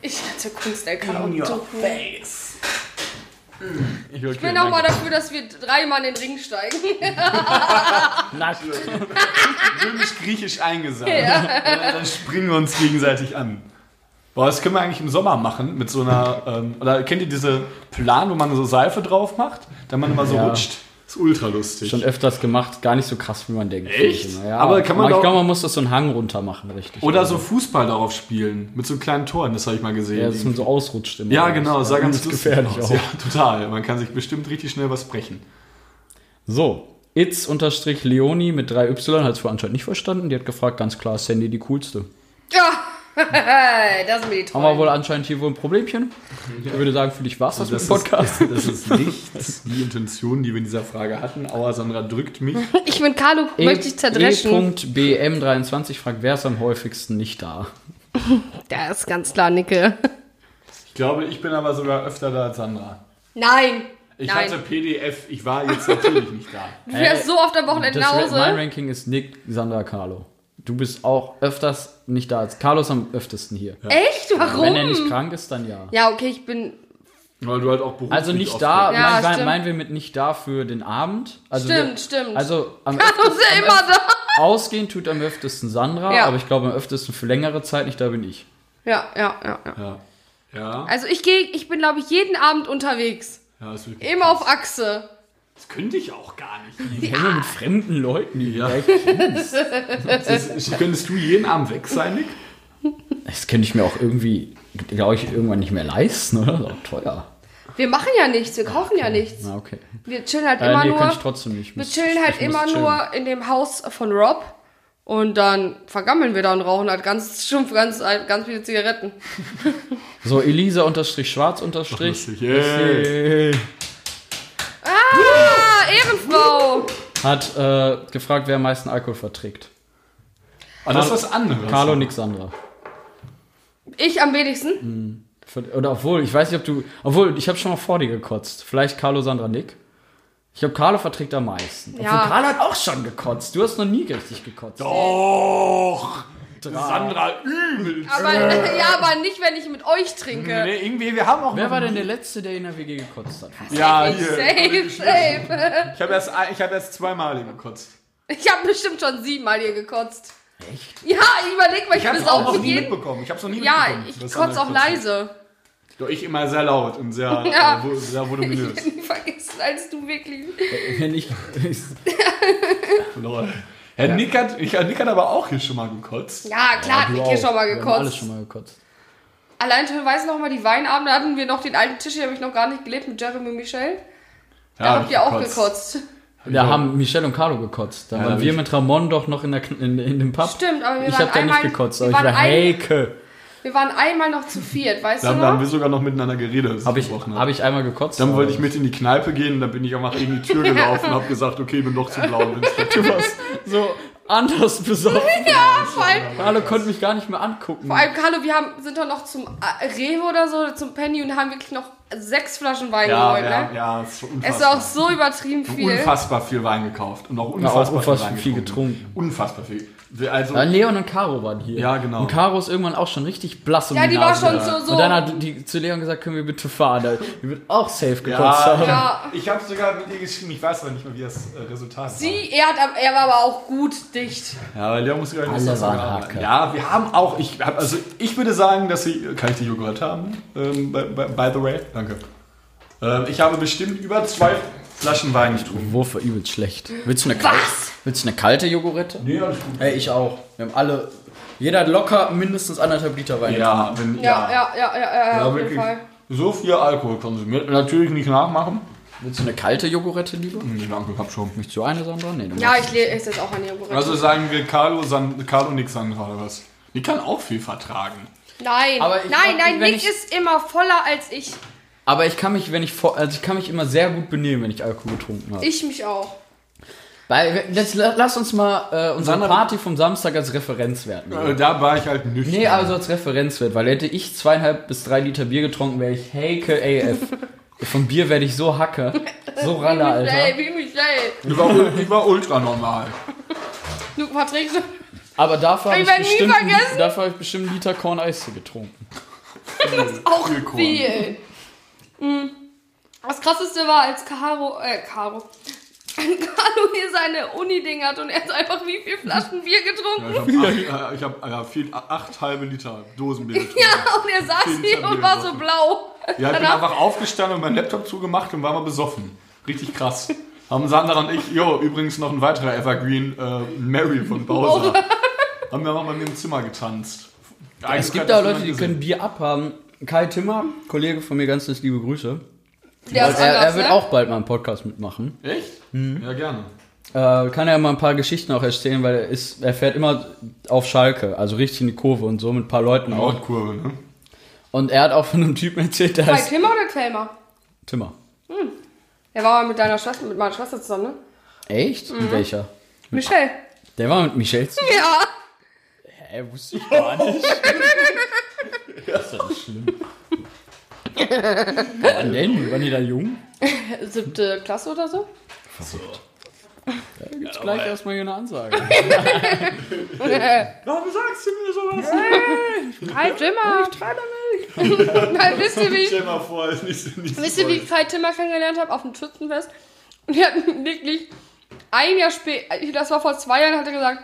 [SPEAKER 4] Ich hatte Kunst, der kann auch ducken. Ich bin auch mal dafür, dass wir dreimal in den Ring steigen.
[SPEAKER 2] Römisch-griechisch eingesammelt. Dann springen wir uns gegenseitig an. Boah, das können wir eigentlich im Sommer machen mit so einer. Ähm, oder kennt ihr diese Plan, wo man so Seife drauf macht, dann man immer so
[SPEAKER 1] Ja.
[SPEAKER 2] rutscht? Ist ultra lustig.
[SPEAKER 1] Schon öfters gemacht, gar nicht so krass, wie man denkt.
[SPEAKER 2] Echt?
[SPEAKER 1] finde ich immer. Ja,
[SPEAKER 2] Aber kann man
[SPEAKER 1] ich
[SPEAKER 2] doch-
[SPEAKER 1] glaube, man muss das so einen Hang runter machen, richtig. Also
[SPEAKER 2] Oder so Fußball darauf spielen, mit so kleinen Toren, das habe ich mal gesehen.
[SPEAKER 1] Ja, dass man so ausrutscht immer.
[SPEAKER 2] Ja, genau, sah
[SPEAKER 1] Übelst
[SPEAKER 2] ganz lustig
[SPEAKER 1] gefährlich
[SPEAKER 2] aus.
[SPEAKER 1] auch.
[SPEAKER 2] Ja, total. Man kann sich bestimmt richtig schnell was brechen.
[SPEAKER 1] So, Itz-Leoni mit 3Y hat es wohl anscheinend nicht verstanden. Die hat gefragt, ganz klar, ist Sandy die coolste.
[SPEAKER 4] ja, das sind mir die
[SPEAKER 1] Haben wir
[SPEAKER 4] Träume.
[SPEAKER 1] wohl anscheinend hier wohl ein Problemchen. Ich würde sagen, für dich war es das, mit dem Podcast.
[SPEAKER 2] Also Das ist nicht die Intention, die wir in dieser Frage hatten. Aua, Sandra drückt mich.
[SPEAKER 4] Ich bin Carlo,
[SPEAKER 1] E-
[SPEAKER 4] möchte ich zerdreschen.
[SPEAKER 1] E.BM23 fragt, wer ist am häufigsten nicht da?
[SPEAKER 4] Da ist ganz klar Nicke.
[SPEAKER 2] Ich glaube, ich bin aber sogar öfter da als Sandra.
[SPEAKER 4] Nein,
[SPEAKER 2] Ich
[SPEAKER 4] Nein.
[SPEAKER 2] hatte PDF, ich war jetzt natürlich nicht da.
[SPEAKER 4] du fährst so oft am Wochenende
[SPEAKER 1] Das
[SPEAKER 4] nach
[SPEAKER 1] Ra- mein
[SPEAKER 4] Hause.
[SPEAKER 1] Ranking ist Nick, Sandra, Carlo. Du bist auch öfters nicht da. als Carlo ist am öftesten hier.
[SPEAKER 4] Echt?
[SPEAKER 1] Wenn er nicht
[SPEAKER 4] Warum?
[SPEAKER 1] krank ist, dann ja.
[SPEAKER 4] Ja, okay, ich bin.
[SPEAKER 2] Weil du halt auch beruflich
[SPEAKER 1] Also nicht
[SPEAKER 2] oft
[SPEAKER 1] da,
[SPEAKER 4] Ja,
[SPEAKER 1] mein-
[SPEAKER 4] stimmt.
[SPEAKER 1] mein, meinen wir mit nicht da für den Abend. Also
[SPEAKER 4] Stimmt,
[SPEAKER 1] wir-
[SPEAKER 4] stimmt.
[SPEAKER 1] Also am
[SPEAKER 4] Du bist ja immer da.
[SPEAKER 1] Ausgehen tut am öftesten Sandra,
[SPEAKER 4] Ja.
[SPEAKER 1] aber ich glaube am öftesten für längere Zeit nicht, da bin ich.
[SPEAKER 4] Ja, ja, ja, ja.
[SPEAKER 2] Ja,
[SPEAKER 4] Also ich gehe, ich bin, glaube ich, jeden Abend unterwegs.
[SPEAKER 2] ja das, will-
[SPEAKER 4] Immer auf Achse.
[SPEAKER 2] das könnte ich auch gar nicht.
[SPEAKER 1] Hänge mit fremden Leuten, die ja.
[SPEAKER 2] Das ist, könntest du jeden Abend weg sein, Nick?
[SPEAKER 1] Das könnte ich mir auch irgendwie, glaube ich, irgendwann nicht mehr leisten, oder? Das ist auch teuer.
[SPEAKER 4] Wir machen ja nichts, wir kaufen ja nichts.
[SPEAKER 1] Na, okay.
[SPEAKER 4] Wir chillen halt
[SPEAKER 1] Äh,
[SPEAKER 4] immer
[SPEAKER 1] nee, kann ich
[SPEAKER 4] nur.
[SPEAKER 1] trotzdem nicht. Ich
[SPEAKER 4] Wir
[SPEAKER 1] muss-
[SPEAKER 4] chillen halt
[SPEAKER 1] ich muss
[SPEAKER 4] immer
[SPEAKER 1] chillen.
[SPEAKER 4] nur in dem Haus von Rob. Und dann vergammeln wir da und rauchen halt ganz stumpf ganz, ganz viele Zigaretten.
[SPEAKER 1] So, Elisa unterstrich schwarz unterstrich.
[SPEAKER 2] Yay.
[SPEAKER 4] Ah, Ehrenfrau!
[SPEAKER 1] Hat äh, gefragt, wer am meisten Alkohol verträgt.
[SPEAKER 2] Aber das ist was anderes.
[SPEAKER 1] Carlo, nix Sandra.
[SPEAKER 4] Ich am wenigsten?
[SPEAKER 1] Ver- Oder obwohl, ich weiß nicht, ob du. Obwohl, ich habe schon mal vor dir gekotzt. Vielleicht Carlo, Sandra, Nick. Ich glaube, Carlo verträgt am meisten. Obwohl,
[SPEAKER 4] Ja.
[SPEAKER 1] Carlo hat auch schon gekotzt. Du hast noch nie richtig gekotzt.
[SPEAKER 2] Och, Sandra übel.
[SPEAKER 4] Aber, ja, aber nicht, wenn ich mit euch trinke.
[SPEAKER 2] Nee, irgendwie, wir haben auch
[SPEAKER 1] Wer
[SPEAKER 2] noch-
[SPEAKER 1] war denn der Letzte, der in der WG gekotzt hat?
[SPEAKER 2] Ja,
[SPEAKER 4] ich
[SPEAKER 2] hier.
[SPEAKER 4] safe, safe.
[SPEAKER 2] Ich habe erst, ein- ich hab erst zweimal gekotzt.
[SPEAKER 4] Ich habe bestimmt schon siebenmal hier gekotzt. Echt? Ja, ich überleg mal, ich, bin auch
[SPEAKER 2] noch
[SPEAKER 4] mit
[SPEAKER 2] nie
[SPEAKER 4] jedem.
[SPEAKER 2] mitbekommen. Ich habe noch nie
[SPEAKER 4] Ja,
[SPEAKER 2] mitbekommen.
[SPEAKER 4] ich
[SPEAKER 2] dass
[SPEAKER 4] kotze
[SPEAKER 2] Sandra
[SPEAKER 4] auch
[SPEAKER 2] gekotzt hat.
[SPEAKER 4] leise.
[SPEAKER 2] Doch, ich immer sehr laut und sehr,
[SPEAKER 4] Ja.
[SPEAKER 2] äh, vo- sehr voluminös.
[SPEAKER 4] Nie vergessen, als du wirklich.
[SPEAKER 1] Äh, Wenn ich,
[SPEAKER 2] Lol. Herr Nick, hat, ich, Herr Nick hat aber auch hier schon mal gekotzt.
[SPEAKER 4] Ja, klar, hat
[SPEAKER 1] Du
[SPEAKER 4] Nick
[SPEAKER 1] auch.
[SPEAKER 4] hier schon mal
[SPEAKER 1] Wir haben Alle
[SPEAKER 4] gekotzt.
[SPEAKER 1] schon mal gekotzt.
[SPEAKER 4] Allein schon weiß noch mal die Weinabende hatten wir noch den alten Tisch, hier habe ich noch gar nicht gelebt mit Jeremy und Michelle. Da habt ihr auch gekotzt.
[SPEAKER 1] Da haben Michelle und Carlo gekotzt. Da
[SPEAKER 2] Ja,
[SPEAKER 1] waren
[SPEAKER 2] da
[SPEAKER 1] wir
[SPEAKER 2] bin
[SPEAKER 1] mit Ramon doch noch in, der, Kn- in, in dem Pub.
[SPEAKER 4] Stimmt, aber wir
[SPEAKER 1] ich
[SPEAKER 4] waren
[SPEAKER 1] habe da nicht
[SPEAKER 4] einmal-
[SPEAKER 1] gekotzt,
[SPEAKER 4] wir
[SPEAKER 1] aber ich
[SPEAKER 4] waren
[SPEAKER 1] war
[SPEAKER 4] ein-
[SPEAKER 1] Heike.
[SPEAKER 4] Wir waren einmal noch zu viert, weißt
[SPEAKER 2] Da
[SPEAKER 4] du
[SPEAKER 2] haben, da haben wir
[SPEAKER 4] noch?
[SPEAKER 2] sogar noch miteinander geredet.
[SPEAKER 1] Habe ich, hab ich einmal gekotzt.
[SPEAKER 2] ne? Dann
[SPEAKER 1] aber-
[SPEAKER 2] wollte ich mit in die Kneipe gehen, dann bin ich einfach in die Tür gelaufen und habe gesagt, okay, ich bin doch zu blau und bin zur Tür.
[SPEAKER 1] Du warst so anders besoffen.
[SPEAKER 4] Ja, vor allem,
[SPEAKER 1] Carlo konnte mich gar nicht mehr angucken.
[SPEAKER 4] vor allem, Carlo, wir haben, sind doch noch zum äh, Rewe oder so, oder zum Penny und haben wirklich noch sechs Flaschen Wein
[SPEAKER 2] Ja,
[SPEAKER 4] geholt,
[SPEAKER 2] ja,
[SPEAKER 4] ne?
[SPEAKER 2] ja, es war
[SPEAKER 4] Es war
[SPEAKER 2] unfassbar.
[SPEAKER 4] auch so übertrieben viel.
[SPEAKER 2] unfassbar viel Wein gekauft und auch
[SPEAKER 1] Ja,
[SPEAKER 2] unfassbar,
[SPEAKER 1] auch unfassbar viel getrunken.
[SPEAKER 2] Unfassbar viel. Wir- Also,
[SPEAKER 1] Ja, Leon und Caro waren hier.
[SPEAKER 2] Ja, genau.
[SPEAKER 1] Und Caro ist irgendwann auch schon richtig blass um
[SPEAKER 4] Ja, die war
[SPEAKER 1] Nase.
[SPEAKER 4] schon so- so-
[SPEAKER 1] Und dann hat die zu Leon gesagt, können wir bitte fahren. Da- Die wird auch safe gekotzt haben.
[SPEAKER 2] ja,
[SPEAKER 4] Ja.
[SPEAKER 2] ich habe sogar mit ihr geschrieben, ich weiß aber nicht mehr, wie das äh, Resultat
[SPEAKER 4] Sie, er, hat, ab- er war aber auch gut dicht.
[SPEAKER 2] war. Ja, aber Leon muss sogar
[SPEAKER 1] Alle
[SPEAKER 2] das
[SPEAKER 1] waren
[SPEAKER 2] sogar-
[SPEAKER 1] Hacke.
[SPEAKER 2] Ja, wir haben auch, ich hab, also ich würde sagen, dass sie, kann ich die Joghurt haben? Ähm, by, by, by the way, danke. Ähm, ich habe bestimmt über zwei Flaschen Wein getrunken.
[SPEAKER 1] Wurf war übelst schlecht. Willst du eine, kal Willst du eine kalte Jogurette?
[SPEAKER 2] Nee, alles gut.
[SPEAKER 1] Ey, ich auch. Wir haben alle. Jeder hat locker mindestens anderthalb Liter Wein.
[SPEAKER 2] Ja, wenn,
[SPEAKER 4] Ja, ja, ja, ja, ja, ja,
[SPEAKER 2] Ja,
[SPEAKER 4] auf jeden
[SPEAKER 2] wirklich.
[SPEAKER 4] Fall.
[SPEAKER 2] So viel Alkohol konsumiert. Natürlich nicht nachmachen.
[SPEAKER 1] Willst du eine kalte Jogurette lieber?
[SPEAKER 2] Nee, danke, Hm, hab schon.
[SPEAKER 1] Möchtest du eine, Sandra? Nee, du
[SPEAKER 4] Ja,
[SPEAKER 1] magst-
[SPEAKER 4] ich le- esse jetzt auch an ihrem Gerät.
[SPEAKER 2] Also sagen wir Carlo, San, Carlo nix Sandra oder was? Die kann auch viel vertragen.
[SPEAKER 4] Nein,
[SPEAKER 1] Aber ich
[SPEAKER 4] nein,
[SPEAKER 1] hab-
[SPEAKER 4] nein,
[SPEAKER 1] wenn
[SPEAKER 4] Nick
[SPEAKER 1] ich-
[SPEAKER 4] ist immer voller als ich.
[SPEAKER 1] Aber ich kann mich, wenn ich vor, also ich kann mich immer sehr gut benehmen, wenn ich Alkohol getrunken habe.
[SPEAKER 4] Ich mich auch.
[SPEAKER 1] Weil, jetzt la- lass uns mal äh, unsere
[SPEAKER 2] Sandra-
[SPEAKER 1] Party vom Samstag als Referenzwert nehmen.
[SPEAKER 2] Äh, da war ich halt nüchtern.
[SPEAKER 1] Nee, also als Referenzwert, weil hätte ich zweieinhalb bis drei Liter Bier getrunken, wäre ich Heike AF. Von Bier werde ich so Hacke, so Ralle,
[SPEAKER 4] Michelle,
[SPEAKER 1] Alter.
[SPEAKER 4] wie Michelle.
[SPEAKER 2] Die war, ul- die war ultra normal.
[SPEAKER 4] Du verträgst.
[SPEAKER 1] Aber dafür habe ich,
[SPEAKER 4] Ich werd nie
[SPEAKER 1] bestimmt ein-
[SPEAKER 4] vergessen.
[SPEAKER 1] dafür habe ich bestimmt einen Liter Korn Eistee getrunken.
[SPEAKER 4] Auch viel. Mm. Das krasseste war, als Caro, äh, Caro, Carlo hier seine Uni-Ding hat und er hat einfach wie viel Flaschen Bier getrunken.
[SPEAKER 2] Ich habe äh, ich hab, äh, viel, acht halbe Liter Dosenbier getrunken.
[SPEAKER 4] Ja, und er saß
[SPEAKER 2] Fünf
[SPEAKER 4] hier
[SPEAKER 2] haben
[SPEAKER 4] und
[SPEAKER 2] wir
[SPEAKER 4] war so
[SPEAKER 2] gesoffen.
[SPEAKER 4] blau.
[SPEAKER 2] Ja, ich bin
[SPEAKER 4] Danach-
[SPEAKER 2] einfach aufgestanden und meinen Laptop zugemacht und war mal besoffen. Richtig krass. Haben Sandra und ich, jo, übrigens noch ein weiterer Evergreen, äh, Mary von Bowser. haben wir mal bei mir im Zimmer getanzt.
[SPEAKER 1] Oh. Es gibt da Leute, die können Bier abhaben. Kai Timmer, Kollege von mir, ganz liebe Grüße.
[SPEAKER 4] Der ist
[SPEAKER 1] Er,
[SPEAKER 4] anders,
[SPEAKER 1] er wird
[SPEAKER 4] ne?
[SPEAKER 1] auch bald mal einen Podcast mitmachen.
[SPEAKER 2] Echt?
[SPEAKER 1] Mhm.
[SPEAKER 2] Ja, gerne.
[SPEAKER 1] Äh, kann er mal ein paar Geschichten auch erzählen, weil er ist, er fährt immer auf Schalke, also richtig in die Kurve und so mit ein paar Leuten auch.
[SPEAKER 2] Nordkurve, ne?
[SPEAKER 1] Und er hat auch von einem Typen erzählt, der
[SPEAKER 4] Bei
[SPEAKER 1] heißt
[SPEAKER 4] Timmer oder Telmer?
[SPEAKER 1] Timmer.
[SPEAKER 4] Der war mal mit deiner Schwester, mit meiner Schwester zusammen, ne?
[SPEAKER 1] Echt?
[SPEAKER 4] Mhm.
[SPEAKER 1] Mit welcher?
[SPEAKER 4] Michelle.
[SPEAKER 1] Der war mit Michel zusammen.
[SPEAKER 4] Ja.
[SPEAKER 1] Hä, wusste ich gar nicht. das ist ja nicht schlimm. Wann denn? Waren die da jung?
[SPEAKER 4] Siebte Klasse oder so.
[SPEAKER 1] Gibt's gleich erstmal hier eine Ansage.
[SPEAKER 2] Warum sagst du mir sowas?
[SPEAKER 4] Hi, Timmer. Ich treibe mich. Nein, wisst ihr, wie ich
[SPEAKER 2] Stell mal vor, ist nicht, nicht
[SPEAKER 4] Wisst ihr, wie ich Kai Timmer kennengelernt habe? Auf dem Schützenfest. Und er hat wirklich ein Jahr später, das war vor zwei Jahren, hat er gesagt,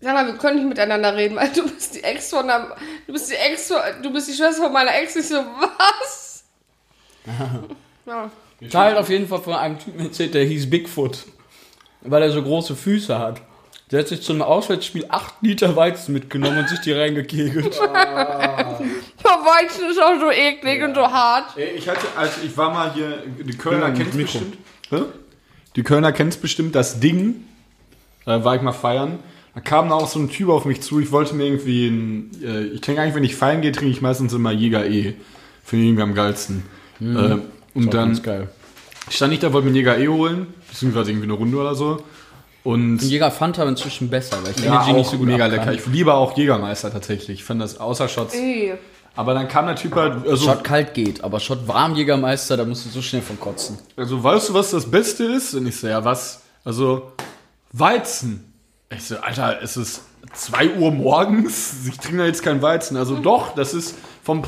[SPEAKER 4] sag mal, wir können nicht miteinander reden, weil du bist die Ex von der, du bist die Ex von, du bist die Schwester von meiner Ex. Ich so, was? ja.
[SPEAKER 1] Da hat auf jeden Fall von einem Typen erzählt, der hieß Bigfoot. Weil er so große Füße hat. Der hat sich zu einem Auswärtsspiel 8 Liter Weizen mitgenommen und sich die reingekegelt.
[SPEAKER 4] Aber Weizen ist auch so eklig und so hart.
[SPEAKER 2] Ey, Ich hatte, also ich war mal hier, die Kölner
[SPEAKER 1] Ja,
[SPEAKER 2] kennt's
[SPEAKER 1] Mikro.
[SPEAKER 2] bestimmt. Hä? Die Kölner kennt's bestimmt, das Ding. Da war ich mal feiern. Da kam da auch so ein Typ auf mich zu. Ich wollte mir irgendwie ein, äh, ich trinke eigentlich, wenn ich feiern gehe, trinke ich meistens immer Jäger E. Finde ich irgendwie am geilsten.
[SPEAKER 1] Mhm.
[SPEAKER 2] Äh, und dann
[SPEAKER 1] geil.
[SPEAKER 2] stand ich da, wollte mir einen Jäger E holen, beziehungsweise irgendwie eine Runde oder so. Und
[SPEAKER 1] Jäger Fanta inzwischen besser, weil ich
[SPEAKER 2] ja,
[SPEAKER 1] Energy
[SPEAKER 2] auch
[SPEAKER 1] nicht so gut
[SPEAKER 2] mega
[SPEAKER 1] ab kann.
[SPEAKER 2] lecker. Ich liebe auch Jägermeister tatsächlich. Ich fand das außer Shots.
[SPEAKER 4] Ih.
[SPEAKER 2] Aber dann kam der Typ halt, also
[SPEAKER 1] Schott kalt geht, aber Schott warm Jägermeister, da musst du so schnell von kotzen.
[SPEAKER 2] Also, weißt du, was das Beste ist? Und ich so, ja, was? Also, Weizen. Ich so, Alter, es ist 2 Uhr morgens. Ich trinke da jetzt kein Weizen. Also, doch, das ist vom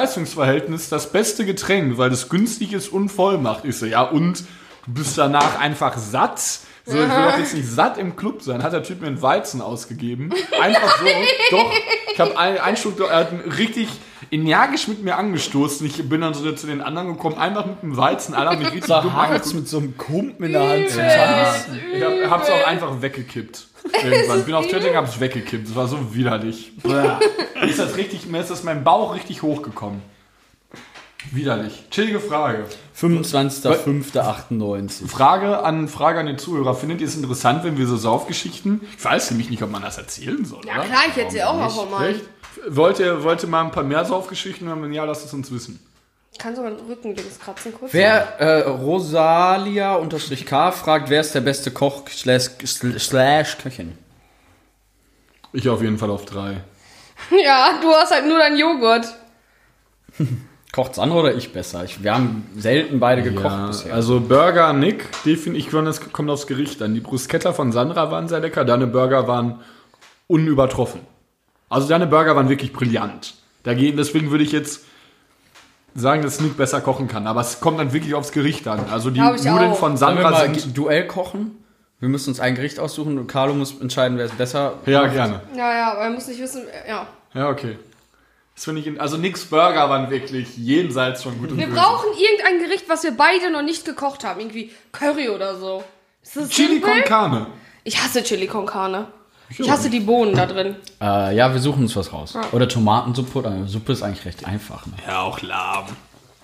[SPEAKER 2] Preis-Leistungs-Verhältnis das beste Getränk, weil es günstig ist und voll macht. Ich so, ja, und du bist danach einfach satt. So, ich will doch jetzt nicht satt im Club sein. Hat der Typ mir einen Weizen ausgegeben. Einfach so. Doch. Ich habe einen, einen Schluck, er hat einen richtig energisch mit mir angestoßen. Ich bin dann so zu den anderen gekommen, einfach mit dem Weizen. Alle haben mich richtig dumm
[SPEAKER 1] Harz
[SPEAKER 2] angeguckt.
[SPEAKER 1] mit so einem Kumpen in der Hand zu tanzen.
[SPEAKER 2] Ich hab, hab's auch einfach weggekippt. Irgendwann. Ich bin auf Twitter, hab's weggekippt. Es war so widerlich. Bäh. Mir ist das richtig, mir ist das mein Bauch richtig hochgekommen. Widerlich. Chillige Frage.
[SPEAKER 1] 25.05.98.
[SPEAKER 2] Frage an, Frage an den Zuhörer. Findet ihr es interessant, wenn wir so Saufgeschichten? Ich weiß nämlich nicht, ob man das erzählen soll,
[SPEAKER 4] Ja
[SPEAKER 2] oder?
[SPEAKER 4] klar, ich hätte sie auch noch
[SPEAKER 2] Echt?
[SPEAKER 4] mal.
[SPEAKER 2] Wollt ihr, wollt ihr mal ein paar mehr Saufgeschichten haben? Wenn ja, lasst es uns wissen.
[SPEAKER 4] Kannst du meinen Rücken links kratzen kurz?
[SPEAKER 1] Wer äh, Rosalia-K fragt, wer ist der beste Koch slash, slash Köchin?
[SPEAKER 2] Ich auf jeden Fall auf drei.
[SPEAKER 4] Ja, du hast halt nur deinen Joghurt.
[SPEAKER 1] Kocht's andere oder ich besser? Ich, wir haben selten beide gekocht bisher.
[SPEAKER 2] also Burger Nick, definitiv, ich glaub, das kommt aufs Gericht an. Die Bruschetta von Sandra waren sehr lecker, deine Burger waren unübertroffen. Also deine Burger waren wirklich brillant. Dagegen, deswegen würde ich jetzt sagen, dass Nick besser kochen kann, aber es kommt dann wirklich aufs Gericht an. Also die
[SPEAKER 4] Glaub ich
[SPEAKER 2] Nudeln
[SPEAKER 4] auch.
[SPEAKER 2] von
[SPEAKER 1] Sollen wir
[SPEAKER 2] Sandra
[SPEAKER 1] mal
[SPEAKER 2] sind...
[SPEAKER 1] Duell kochen? Wir müssen uns ein Gericht aussuchen und Carlo muss entscheiden, wer es besser
[SPEAKER 2] Ja, gerne.
[SPEAKER 4] Ja, ja, aber er muss nicht wissen, ja.
[SPEAKER 2] Ja, okay. Das finde ich, in- also Nicks Burger waren wirklich jenseits von gut und
[SPEAKER 4] Wir
[SPEAKER 1] Mhm.
[SPEAKER 2] böse.
[SPEAKER 4] brauchen irgendein Gericht, was wir beide noch nicht gekocht haben. Irgendwie Curry oder so. Ist das
[SPEAKER 2] Chili
[SPEAKER 4] simpel?
[SPEAKER 2] con carne.
[SPEAKER 4] Ich hasse Chili con carne. Ich hasse die Bohnen da drin.
[SPEAKER 1] Äh, ja, wir suchen uns was raus. Oder Tomatensuppe. Oder Suppe ist eigentlich recht einfach. Ne?
[SPEAKER 2] Ja, auch lahm.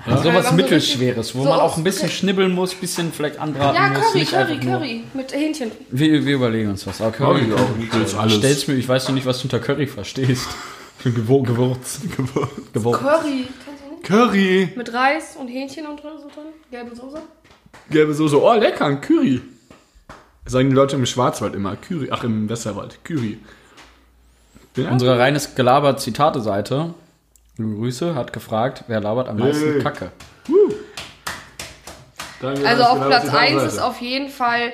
[SPEAKER 1] Also sowas
[SPEAKER 4] Ja, so
[SPEAKER 1] Mittelschweres, wo
[SPEAKER 4] so
[SPEAKER 1] man auch ein
[SPEAKER 4] Obst-
[SPEAKER 1] bisschen schnibbeln muss, bisschen vielleicht anbraten
[SPEAKER 4] Ja,
[SPEAKER 1] muss.
[SPEAKER 4] Curry,
[SPEAKER 1] nicht
[SPEAKER 4] Curry,
[SPEAKER 1] einfach nur-
[SPEAKER 4] Curry. Mit Hähnchen.
[SPEAKER 1] Wir, wir überlegen uns was. Aber Curry,
[SPEAKER 2] Curry auch nicht. Das ist alles.
[SPEAKER 1] Stell's mir, ich weiß noch nicht, was du unter Curry verstehst. Gewur Gewürz. Gewürz.
[SPEAKER 4] Curry. Kennst du nicht?
[SPEAKER 2] Curry.
[SPEAKER 4] Mit Reis und Hähnchen und drin, so drin. Gelbe Soße.
[SPEAKER 2] gelbe Soße. Oh, lecker, ein Curry. Sagen die Leute im Schwarzwald immer. Curry. Ach, im Westerwald. Curry. Ja.
[SPEAKER 1] Unsere reines Gelaber Zitate-Seite, liebe Grüße, hat gefragt, wer labert am meisten
[SPEAKER 2] Yay.
[SPEAKER 1] Kacke.
[SPEAKER 2] Danke, dass ihr
[SPEAKER 4] Also auf
[SPEAKER 2] da
[SPEAKER 4] Also Platz
[SPEAKER 1] genau
[SPEAKER 2] dabei
[SPEAKER 4] 1
[SPEAKER 2] seid.
[SPEAKER 4] ist auf jeden Fall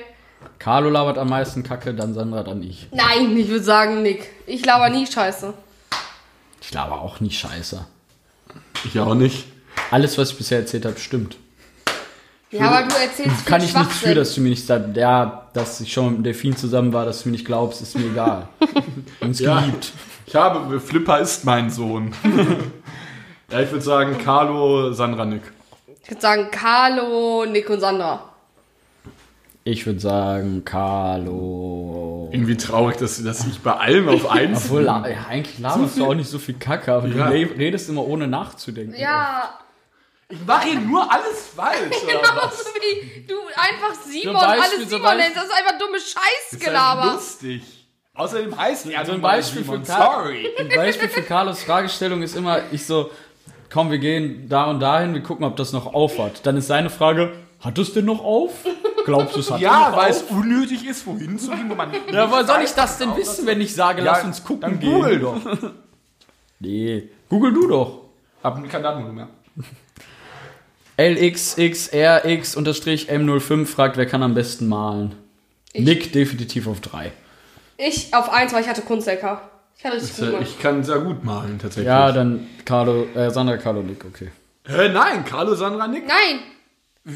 [SPEAKER 1] Carlo labert am meisten Kacke, dann Sandra, dann ich.
[SPEAKER 4] Nein, ich würde sagen Nick. Ich laber nie Scheiße.
[SPEAKER 1] Ich laber auch nicht scheiße.
[SPEAKER 2] Ich auch nicht.
[SPEAKER 1] Alles, was ich bisher erzählt habe, stimmt.
[SPEAKER 4] Ja, aber du erzählst viel
[SPEAKER 1] Kann ich nichts
[SPEAKER 4] Schwachsinn.
[SPEAKER 1] für, dass du mir nicht sagst, ja, dass ich schon mit dem Delfin zusammen war, dass du mir nicht glaubst, ist mir egal. Uns geliebt.
[SPEAKER 2] Ich habe, Flipper ist mein Sohn. ja, ich würde sagen, Carlo Sandranik.
[SPEAKER 4] Ich würde sagen Carlo, Nick und Sandra.
[SPEAKER 1] Ich würde sagen, Carlo.
[SPEAKER 2] Irgendwie traurig, dass, dass ich bei allem auf eins.
[SPEAKER 1] Obwohl, la- ja, eigentlich laberst du auch nicht so viel Kacke, aber
[SPEAKER 2] Ja.
[SPEAKER 1] du le- redest immer ohne nachzudenken.
[SPEAKER 4] Ja,
[SPEAKER 2] ich mache hier nur alles falsch. oder
[SPEAKER 4] genau
[SPEAKER 2] was?
[SPEAKER 4] so wie du einfach Simon,
[SPEAKER 1] Zum Beispiel,
[SPEAKER 4] alles
[SPEAKER 1] zum
[SPEAKER 4] Simon
[SPEAKER 1] Beispiel-
[SPEAKER 4] nennst. Das ist einfach dumme
[SPEAKER 2] Ist halt
[SPEAKER 4] Scheißgelaber.
[SPEAKER 2] lustig. Außerdem heißt er also
[SPEAKER 1] So ein
[SPEAKER 2] nun mal
[SPEAKER 1] Beispiel
[SPEAKER 2] Simon.
[SPEAKER 1] für Carlo.
[SPEAKER 2] Sorry.
[SPEAKER 1] Ein Beispiel für Carlos Fragestellung ist immer, ich so, komm, wir gehen da und dahin, wir gucken, ob das noch auf hat. Dann ist seine Frage, hat es denn noch auf? Glaubst du, es hat
[SPEAKER 2] Ja,
[SPEAKER 1] noch
[SPEAKER 2] weil
[SPEAKER 1] auf?
[SPEAKER 2] es unnötig ist, wohin zu gehen, wo man.
[SPEAKER 1] Ja, woher soll ich das denn wissen, wenn ich sage, lass uns gucken
[SPEAKER 2] dann
[SPEAKER 1] gehen?
[SPEAKER 2] Google doch.
[SPEAKER 1] Nee, google du doch.
[SPEAKER 2] Hab kein Datum mehr.
[SPEAKER 1] LXXRX-M05 fragt, wer kann am besten malen? Nick definitiv auf 3.
[SPEAKER 4] Ich auf eins, weil ich hatte Kunstlecker. Ich hatte richtig gut gemacht.
[SPEAKER 2] Äh, Ich kann sehr gut malen, tatsächlich.
[SPEAKER 1] Ja, dann Carlo, äh, Sandra, Carlo, Nick, okay.
[SPEAKER 2] Äh, nein, Carlo Sandranik.
[SPEAKER 4] Nein,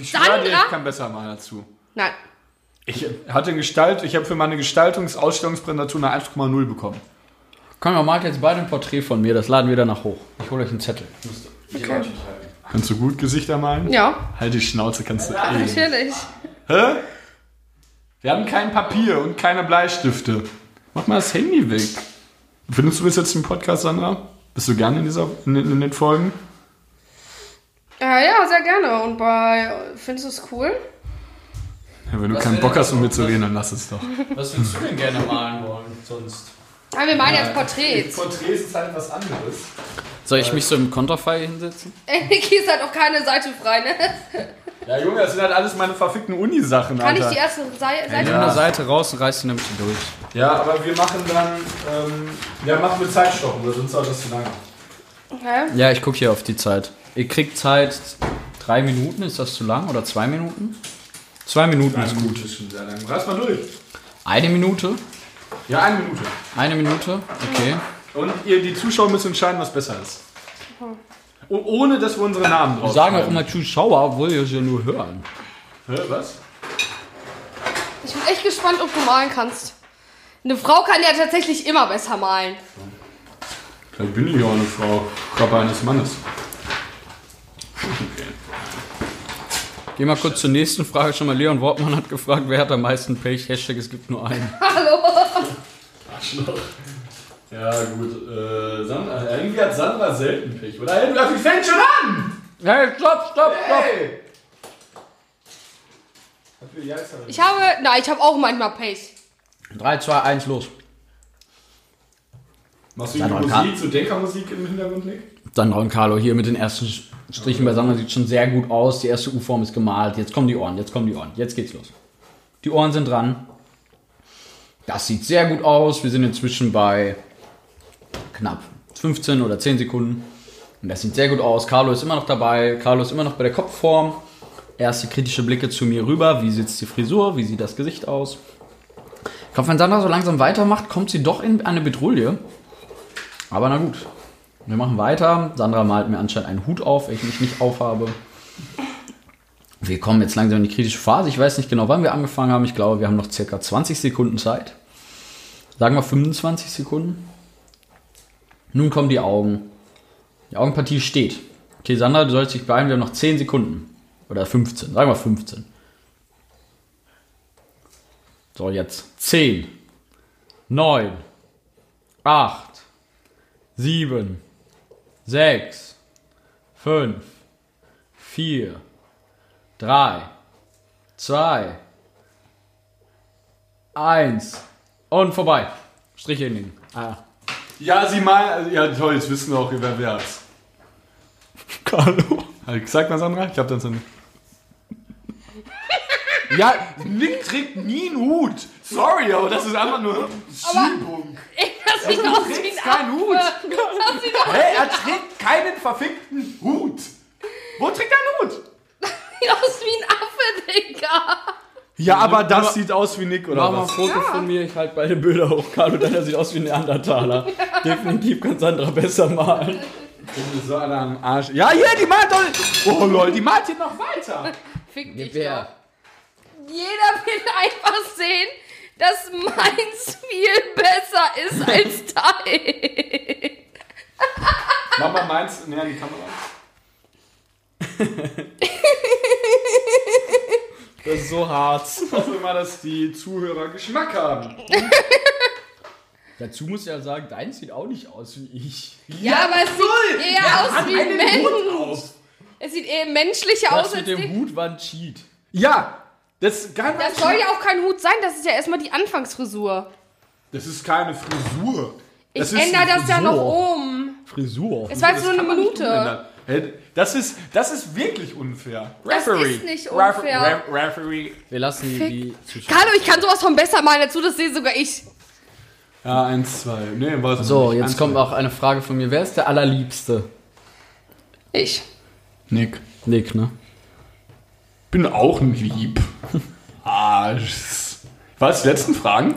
[SPEAKER 2] Ich schwöre dir,
[SPEAKER 4] Sandra?
[SPEAKER 2] ich kann besser malen dazu.
[SPEAKER 4] nein.
[SPEAKER 2] Ich hatte Gestalt, ich habe für meine Gestaltungs-Ausstellungspräsentation eine 1,0 bekommen.
[SPEAKER 1] Komm, ihr malt jetzt beide ein Porträt von mir, das laden wir danach hoch. Ich hole euch einen Zettel.
[SPEAKER 2] Kannst du gut Gesichter malen?
[SPEAKER 4] Ja,
[SPEAKER 2] Halt die Schnauze, kannst du eh.
[SPEAKER 4] natürlich.
[SPEAKER 2] Hä? Wir haben kein Papier und keine Bleistifte. Mach mal das Handy weg. Findest du bis jetzt den Podcast, Sandra? Bist du gerne in, dieser, in, den- in den Folgen?
[SPEAKER 4] Äh, ja, sehr gerne. Und bei, findest du es cool?
[SPEAKER 2] Ja, wenn du keinen Bock hast, um mitzureden, dann lass es doch.
[SPEAKER 1] Was würdest du denn gerne malen wollen sonst?
[SPEAKER 4] Aber wir malen jetzt Porträts.
[SPEAKER 2] Porträts ist halt was anderes.
[SPEAKER 1] Soll ich mich so im Konterfei hinsetzen?
[SPEAKER 4] Hier ist halt auch keine Seite frei, ne?
[SPEAKER 2] Ja, Junge, das sind halt alles meine verfickten Uni-Sachen,
[SPEAKER 4] Kann ich
[SPEAKER 2] Alter.
[SPEAKER 4] die erste Sei- Seite
[SPEAKER 1] Nimm eine Seite raus und reiß sie nämlich durch.
[SPEAKER 2] ja, aber wir machen dann. Ähm, ja, machen wir Zeitstoppen, weil sonst dauert das zu lange.
[SPEAKER 4] Okay.
[SPEAKER 1] Ja, ich gucke hier auf die Zeit. Ihr kriegt Zeit, drei Minuten, ist das zu lang? Oder zwei Minuten? Zwei Minuten ist gut.
[SPEAKER 2] ist schon sehr lang. Reiß mal durch.
[SPEAKER 1] Eine Minute?
[SPEAKER 2] Ja, eine Minute.
[SPEAKER 1] Eine Minute? Okay.
[SPEAKER 2] Und ihr, die Zuschauer müssen entscheiden, was besser ist. Und ohne, dass wir unsere Namen drauf
[SPEAKER 1] Wir sagen auch immer Zuschauer, obwohl wir es ja nur hören.
[SPEAKER 2] Hä, was?
[SPEAKER 4] Ich bin echt gespannt, ob du malen kannst. Eine Frau kann ja tatsächlich immer besser malen.
[SPEAKER 2] Vielleicht bin ich auch eine Frau. Körper eines Mannes.
[SPEAKER 1] Geh mal kurz zur nächsten Frage schon mal. Leon Wortmann hat gefragt, wer hat am meisten Pech? Hashtag, es gibt nur einen.
[SPEAKER 2] Ja, gut. Äh, Sandra, irgendwie hat Sandra selten Pech, oder? Hey, wie fängt schon an?
[SPEAKER 1] Hey, stopp, stopp, stopp!
[SPEAKER 2] Hey! Hat wir die Angst, aber-
[SPEAKER 4] Ich habe. Nein, ich habe auch manchmal Pech.
[SPEAKER 1] 3, 2, 1, los.
[SPEAKER 2] Machst du die
[SPEAKER 1] Sandra,
[SPEAKER 2] Musik, so Denkermusik im Hintergrund, Nick?
[SPEAKER 1] Dann und Carlo hier mit den ersten Strichen bei Sandra sieht schon sehr gut aus. Die erste U-Form ist gemalt. Jetzt kommen die Ohren, jetzt kommen die Ohren. Jetzt geht's los. Die Ohren sind dran. Das sieht sehr gut aus. Wir sind inzwischen bei knapp 15 oder 10 Sekunden. Und das sieht sehr gut aus. Carlo ist immer noch dabei. Carlo ist immer noch bei der Kopfform. Erste kritische Blicke zu mir rüber. Wie sitzt die Frisur? Wie sieht das Gesicht aus? Ich glaube, wenn Sandra so langsam weitermacht, kommt sie doch in eine Bedrulle. Aber na gut, wir machen weiter. Sandra malt mir anscheinend einen Hut auf, welchen ich nicht aufhabe. Wir kommen jetzt langsam in die kritische Phase. Ich weiß nicht genau, wann wir angefangen haben. Ich glaube, wir haben noch circa 20 Sekunden Zeit. Sagen wir 25 Sekunden. Nun kommen die Augen. Die Augenpartie steht. Okay, Sandra, du sollst dich beeilen. Wir haben noch 10 Sekunden. Oder 15. Sagen wir 15. So, jetzt 10, 9, 8, 7, 6, 5, 4, 3, 2, 1 und vorbei. Striche in den. Ah.
[SPEAKER 2] Ja, sie mal. also, Ja, toll, jetzt wissen wir auch, wer wer ist.
[SPEAKER 1] Carlo.
[SPEAKER 2] Hat gesagt, mal Sandra? Ich hab dann so einen. Ja, Nick trägt nie einen Hut. Sorry, aber das ist einfach nur Schiebung.
[SPEAKER 4] Das sieht aus wie
[SPEAKER 2] trägt
[SPEAKER 4] ein
[SPEAKER 2] keinen Hut.
[SPEAKER 4] Das sieht aus
[SPEAKER 2] Hä, er trägt keinen verfickten Hut. Wo trägt er einen Hut?
[SPEAKER 4] aus wie ein Affe, Digga.
[SPEAKER 2] Ja, aber das sieht aus wie Nick, oder
[SPEAKER 1] Mach mal ein
[SPEAKER 2] was?
[SPEAKER 1] Foto von mir, ich halte beide Bilder hoch. Carlo, deiner sieht aus wie ein Neandertaler. Definitiv kann Sandra besser malen.
[SPEAKER 2] So einer am Arsch. Ja, hier, die malt doch. Oh lol, die malt hier noch weiter.
[SPEAKER 4] Fick dich doch. Jeder will einfach sehen, dass meins viel besser ist als dein.
[SPEAKER 2] Mach mal meins näher an die Kamera.
[SPEAKER 1] Das ist so hart.
[SPEAKER 2] Ich hoffe mal, dass die Zuhörer Geschmack haben.
[SPEAKER 1] Dazu muss ich ja sagen, deins sieht auch nicht aus wie ich.
[SPEAKER 4] Ja, aber es sieht eher aus wie ein Mensch. Es sieht eher menschlicher aus
[SPEAKER 1] Das
[SPEAKER 4] als
[SPEAKER 1] mit
[SPEAKER 4] die.
[SPEAKER 1] dem Hut war ein Cheat.
[SPEAKER 2] Ja, das kann
[SPEAKER 4] Das soll ja auch kein Hut sein, das ist ja erstmal die Anfangsfrisur.
[SPEAKER 2] Das ist keine Frisur.
[SPEAKER 4] Ich
[SPEAKER 2] Das ist
[SPEAKER 4] ändere
[SPEAKER 2] eine
[SPEAKER 4] das ja
[SPEAKER 2] Frisur.
[SPEAKER 4] noch um.
[SPEAKER 1] Frisur.
[SPEAKER 4] Es war jetzt nur eine Minute.
[SPEAKER 2] Ändern. Hey, Das ist, das ist wirklich unfair.
[SPEAKER 4] Das ist nicht unfair.
[SPEAKER 2] Ref- Referee.
[SPEAKER 1] Wir lassen
[SPEAKER 4] Fick.
[SPEAKER 1] die Zuschauer.
[SPEAKER 4] Carlo, ich kann sowas von besser malen dazu, das sehe sogar ich.
[SPEAKER 2] Ja, eins, zwei. Nee, war es
[SPEAKER 1] So,
[SPEAKER 2] nicht.
[SPEAKER 1] jetzt
[SPEAKER 2] Eins,
[SPEAKER 1] kommt
[SPEAKER 2] zwei.
[SPEAKER 1] auch eine Frage von mir. Wer ist der allerliebste?
[SPEAKER 4] Ich.
[SPEAKER 2] Nick.
[SPEAKER 1] Nick, ne?
[SPEAKER 2] Bin auch ein Lieb. Arsch. Was? Die letzten Fragen?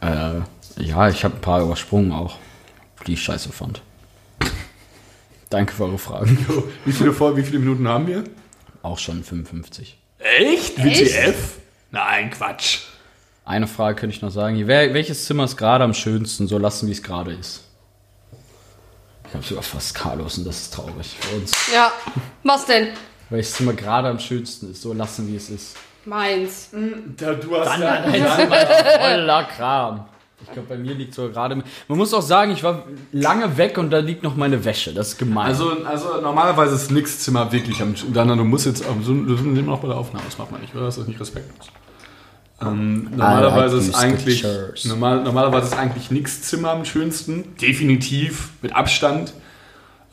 [SPEAKER 1] Äh, ja, ich habe ein paar übersprungen auch, die ich scheiße fand. Danke für eure Fragen.
[SPEAKER 2] Wie viele, vor, wie viele Minuten haben wir?
[SPEAKER 1] Auch schon 55.
[SPEAKER 2] Echt? WTF? Nein, Quatsch.
[SPEAKER 1] Eine Frage könnte ich noch sagen. Hier, Wer, welches Zimmer ist gerade am schönsten? So lassen, wie es gerade ist. Ich habe sogar fast Carlos und das ist traurig für uns.
[SPEAKER 4] Ja. Was denn?
[SPEAKER 1] Welches Zimmer gerade am schönsten ist, so lassen, wie es ist.
[SPEAKER 4] Meins.
[SPEAKER 2] Da, du hast ja-
[SPEAKER 1] Voller Kram. Ich glaube, bei mir liegt sogar gerade. Man muss auch sagen, ich war lange weg und da liegt noch meine Wäsche. Das ist gemein.
[SPEAKER 2] Also, also normalerweise ist Nicks Zimmer wirklich am Dana, du musst jetzt am so du nimm auch bei der Aufnahme, das macht man nicht, oder? Das ist nicht respektlos. Ähm, normalerweise,
[SPEAKER 1] I like
[SPEAKER 2] ist
[SPEAKER 1] these
[SPEAKER 2] eigentlich,
[SPEAKER 1] pictures.
[SPEAKER 2] normal, normalerweise ist eigentlich Nicks Zimmer am schönsten. Definitiv, mit Abstand.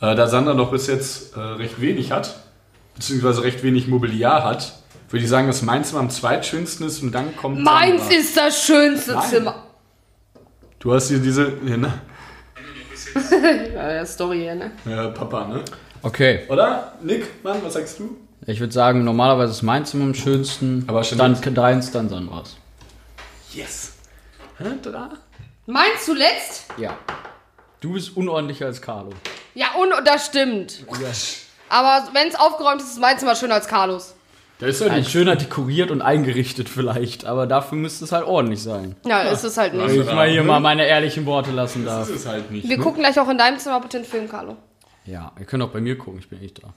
[SPEAKER 2] Äh, da Sandra noch bis jetzt äh, recht wenig hat, beziehungsweise recht wenig Mobiliar hat, würde ich sagen, dass mein Zimmer am zweitschönsten ist und dann kommt.
[SPEAKER 4] Meins
[SPEAKER 2] Sandra.
[SPEAKER 4] ist das schönste
[SPEAKER 2] Nein.
[SPEAKER 4] Zimmer.
[SPEAKER 2] Du hast hier diese. Ja, ne?
[SPEAKER 4] Ja, der Story hier, ne?
[SPEAKER 2] ja, Papa, ne?
[SPEAKER 1] okay.
[SPEAKER 2] Oder? Nick, Mann, was sagst du?
[SPEAKER 1] Ich würde sagen, normalerweise ist mein Zimmer am schönsten.
[SPEAKER 2] Aber schon
[SPEAKER 1] dann deins, dann Sandras.
[SPEAKER 2] Yes! Hä, da?
[SPEAKER 4] Meins zuletzt?
[SPEAKER 1] Ja. Du bist unordentlicher als Carlo.
[SPEAKER 4] Ja, und und das stimmt. Aber wenn es aufgeräumt ist, ist mein Zimmer schöner als Carlos.
[SPEAKER 2] Da ist doch
[SPEAKER 1] Ein
[SPEAKER 2] nicht.
[SPEAKER 1] schöner dekoriert und eingerichtet vielleicht, aber dafür müsste es halt ordentlich sein.
[SPEAKER 4] Ja, ist es halt nicht.
[SPEAKER 1] Wenn ich mal hier mal meine ehrlichen Worte lassen darf.
[SPEAKER 2] ist halt nicht.
[SPEAKER 4] Wir gucken gleich auch in deinem Zimmer bitte einen Film, Carlo.
[SPEAKER 1] Ja, ihr könnt auch bei mir gucken, ich bin nicht da.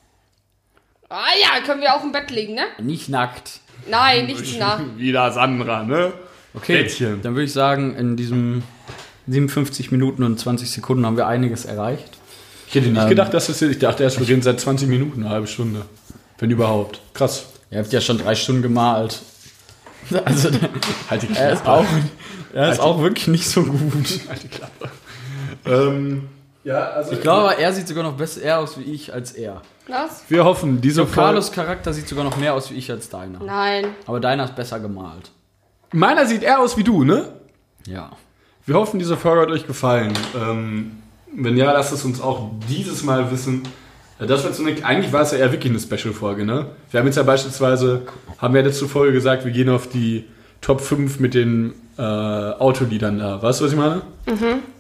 [SPEAKER 4] Ah ja, können wir auch im Bett liegen, ne?
[SPEAKER 1] Nicht nackt.
[SPEAKER 4] Nein, nichts nach.
[SPEAKER 2] Wieder Sandra, ne?
[SPEAKER 1] Okay,
[SPEAKER 2] Bettchen.
[SPEAKER 1] dann würde ich sagen, in diesem 57 Minuten und 20 Sekunden haben wir einiges erreicht.
[SPEAKER 2] Ich hätte nicht gedacht, dass das jetzt. Ich dachte erst, wir reden seit 20 Minuten, eine halbe Stunde. Wenn überhaupt. Krass.
[SPEAKER 1] Ihr habt ja schon drei Stunden gemalt. Also,
[SPEAKER 2] Halt die
[SPEAKER 1] er ist
[SPEAKER 2] Klappe.
[SPEAKER 1] auch, er ist auch wirklich nicht so gut.
[SPEAKER 2] Halt die Klappe. ähm, ja, also.
[SPEAKER 1] Ich glaube, er sieht sogar noch besser er aus wie ich als er.
[SPEAKER 4] Was?
[SPEAKER 2] wir hoffen, diese Folge.
[SPEAKER 1] Carlos Charakter sieht sogar noch mehr aus wie ich als deiner.
[SPEAKER 4] Nein.
[SPEAKER 1] Aber deiner ist besser gemalt.
[SPEAKER 2] Meiner sieht eher aus wie du, ne?
[SPEAKER 1] Ja.
[SPEAKER 2] Wir hoffen, diese Folge hat euch gefallen. Ähm, wenn ja, lasst es uns auch dieses Mal wissen. Äh, Das war so eine, eigentlich war es ja eher wirklich eine Special-Folge, ne? Wir haben jetzt ja beispielsweise, haben wir ja letzte Folge gesagt, wir gehen auf die Top 5 mit den äh, Autoliedern da. Weißt du, was ich meine?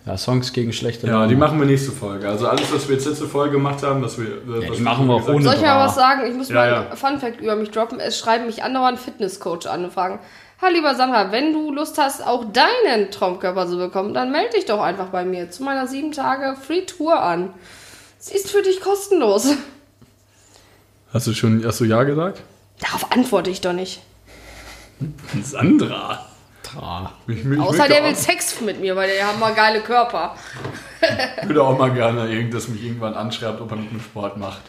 [SPEAKER 1] Ja, Songs gegen schlechte
[SPEAKER 2] Ja, die
[SPEAKER 1] Laune.
[SPEAKER 2] machen wir nächste Folge. Also alles, was wir jetzt letzte Folge gemacht haben, was wir. Äh,
[SPEAKER 1] die
[SPEAKER 2] was
[SPEAKER 1] machen wir auch
[SPEAKER 2] gesagt
[SPEAKER 1] ohne-
[SPEAKER 4] Soll ich mal
[SPEAKER 1] Wunderbar.
[SPEAKER 4] was sagen? Ich muss
[SPEAKER 2] Ja,
[SPEAKER 4] mal
[SPEAKER 2] ja.
[SPEAKER 4] einen Fun Fact über mich droppen. Es schreiben mich andauernd Fitnesscoach an und fragen, ha, lieber Sandra, wenn du Lust hast, auch deinen Traumkörper zu bekommen, dann melde dich doch einfach bei mir zu meiner 7 Tage Free Tour an. Sie ist für dich kostenlos.
[SPEAKER 2] haben. Hast du schon, hast du Ja gesagt?
[SPEAKER 4] Darauf antworte ich doch nicht.
[SPEAKER 2] Sandra.
[SPEAKER 1] Tra.
[SPEAKER 2] Ich, ich
[SPEAKER 4] Außer der will
[SPEAKER 2] will
[SPEAKER 4] Sex mit mir, weil der haben mal geile Körper.
[SPEAKER 2] auch, würde auch mal gerne, irgend- dass mich irgendwann anschreibt, ob er mit mir Sport macht.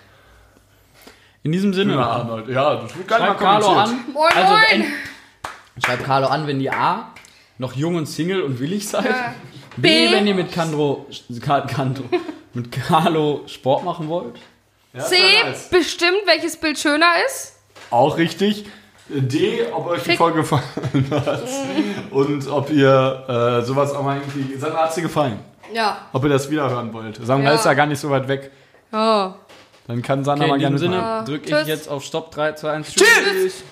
[SPEAKER 1] In diesem Sinne.
[SPEAKER 2] Ja, Arnold. Ja, das wird gar
[SPEAKER 1] Schreib
[SPEAKER 2] nicht
[SPEAKER 1] Carlo an.
[SPEAKER 4] Moin,
[SPEAKER 1] also,
[SPEAKER 4] moin.
[SPEAKER 1] wenn- schreib Carlo an, wenn ihr A noch jung und Single und willig seid. B,
[SPEAKER 4] B.
[SPEAKER 1] wenn ihr mit Kandro, Ka- Kandro, mit Carlo Sport machen wollt.
[SPEAKER 4] C, bestimmt, welches Bild schöner ist.
[SPEAKER 2] Auch richtig. D, ob euch die
[SPEAKER 4] Fick.
[SPEAKER 2] Folge gefallen hat. Und ob ihr äh, sowas auch mal irgendwie. Sandra hat sie gefallen.
[SPEAKER 4] Ja.
[SPEAKER 2] Ob ihr das wieder hören wollt. Sandra
[SPEAKER 4] Ja.
[SPEAKER 2] ist ja gar nicht so weit weg.
[SPEAKER 4] Oh.
[SPEAKER 2] Dann kann Sandra
[SPEAKER 1] Okay,
[SPEAKER 2] mal
[SPEAKER 1] in
[SPEAKER 2] gerne
[SPEAKER 1] diesem
[SPEAKER 2] mitmachen.
[SPEAKER 1] Sinne drücke ich
[SPEAKER 4] Tschüss.
[SPEAKER 1] jetzt auf Stopp 3, 2, 1. Tschüss.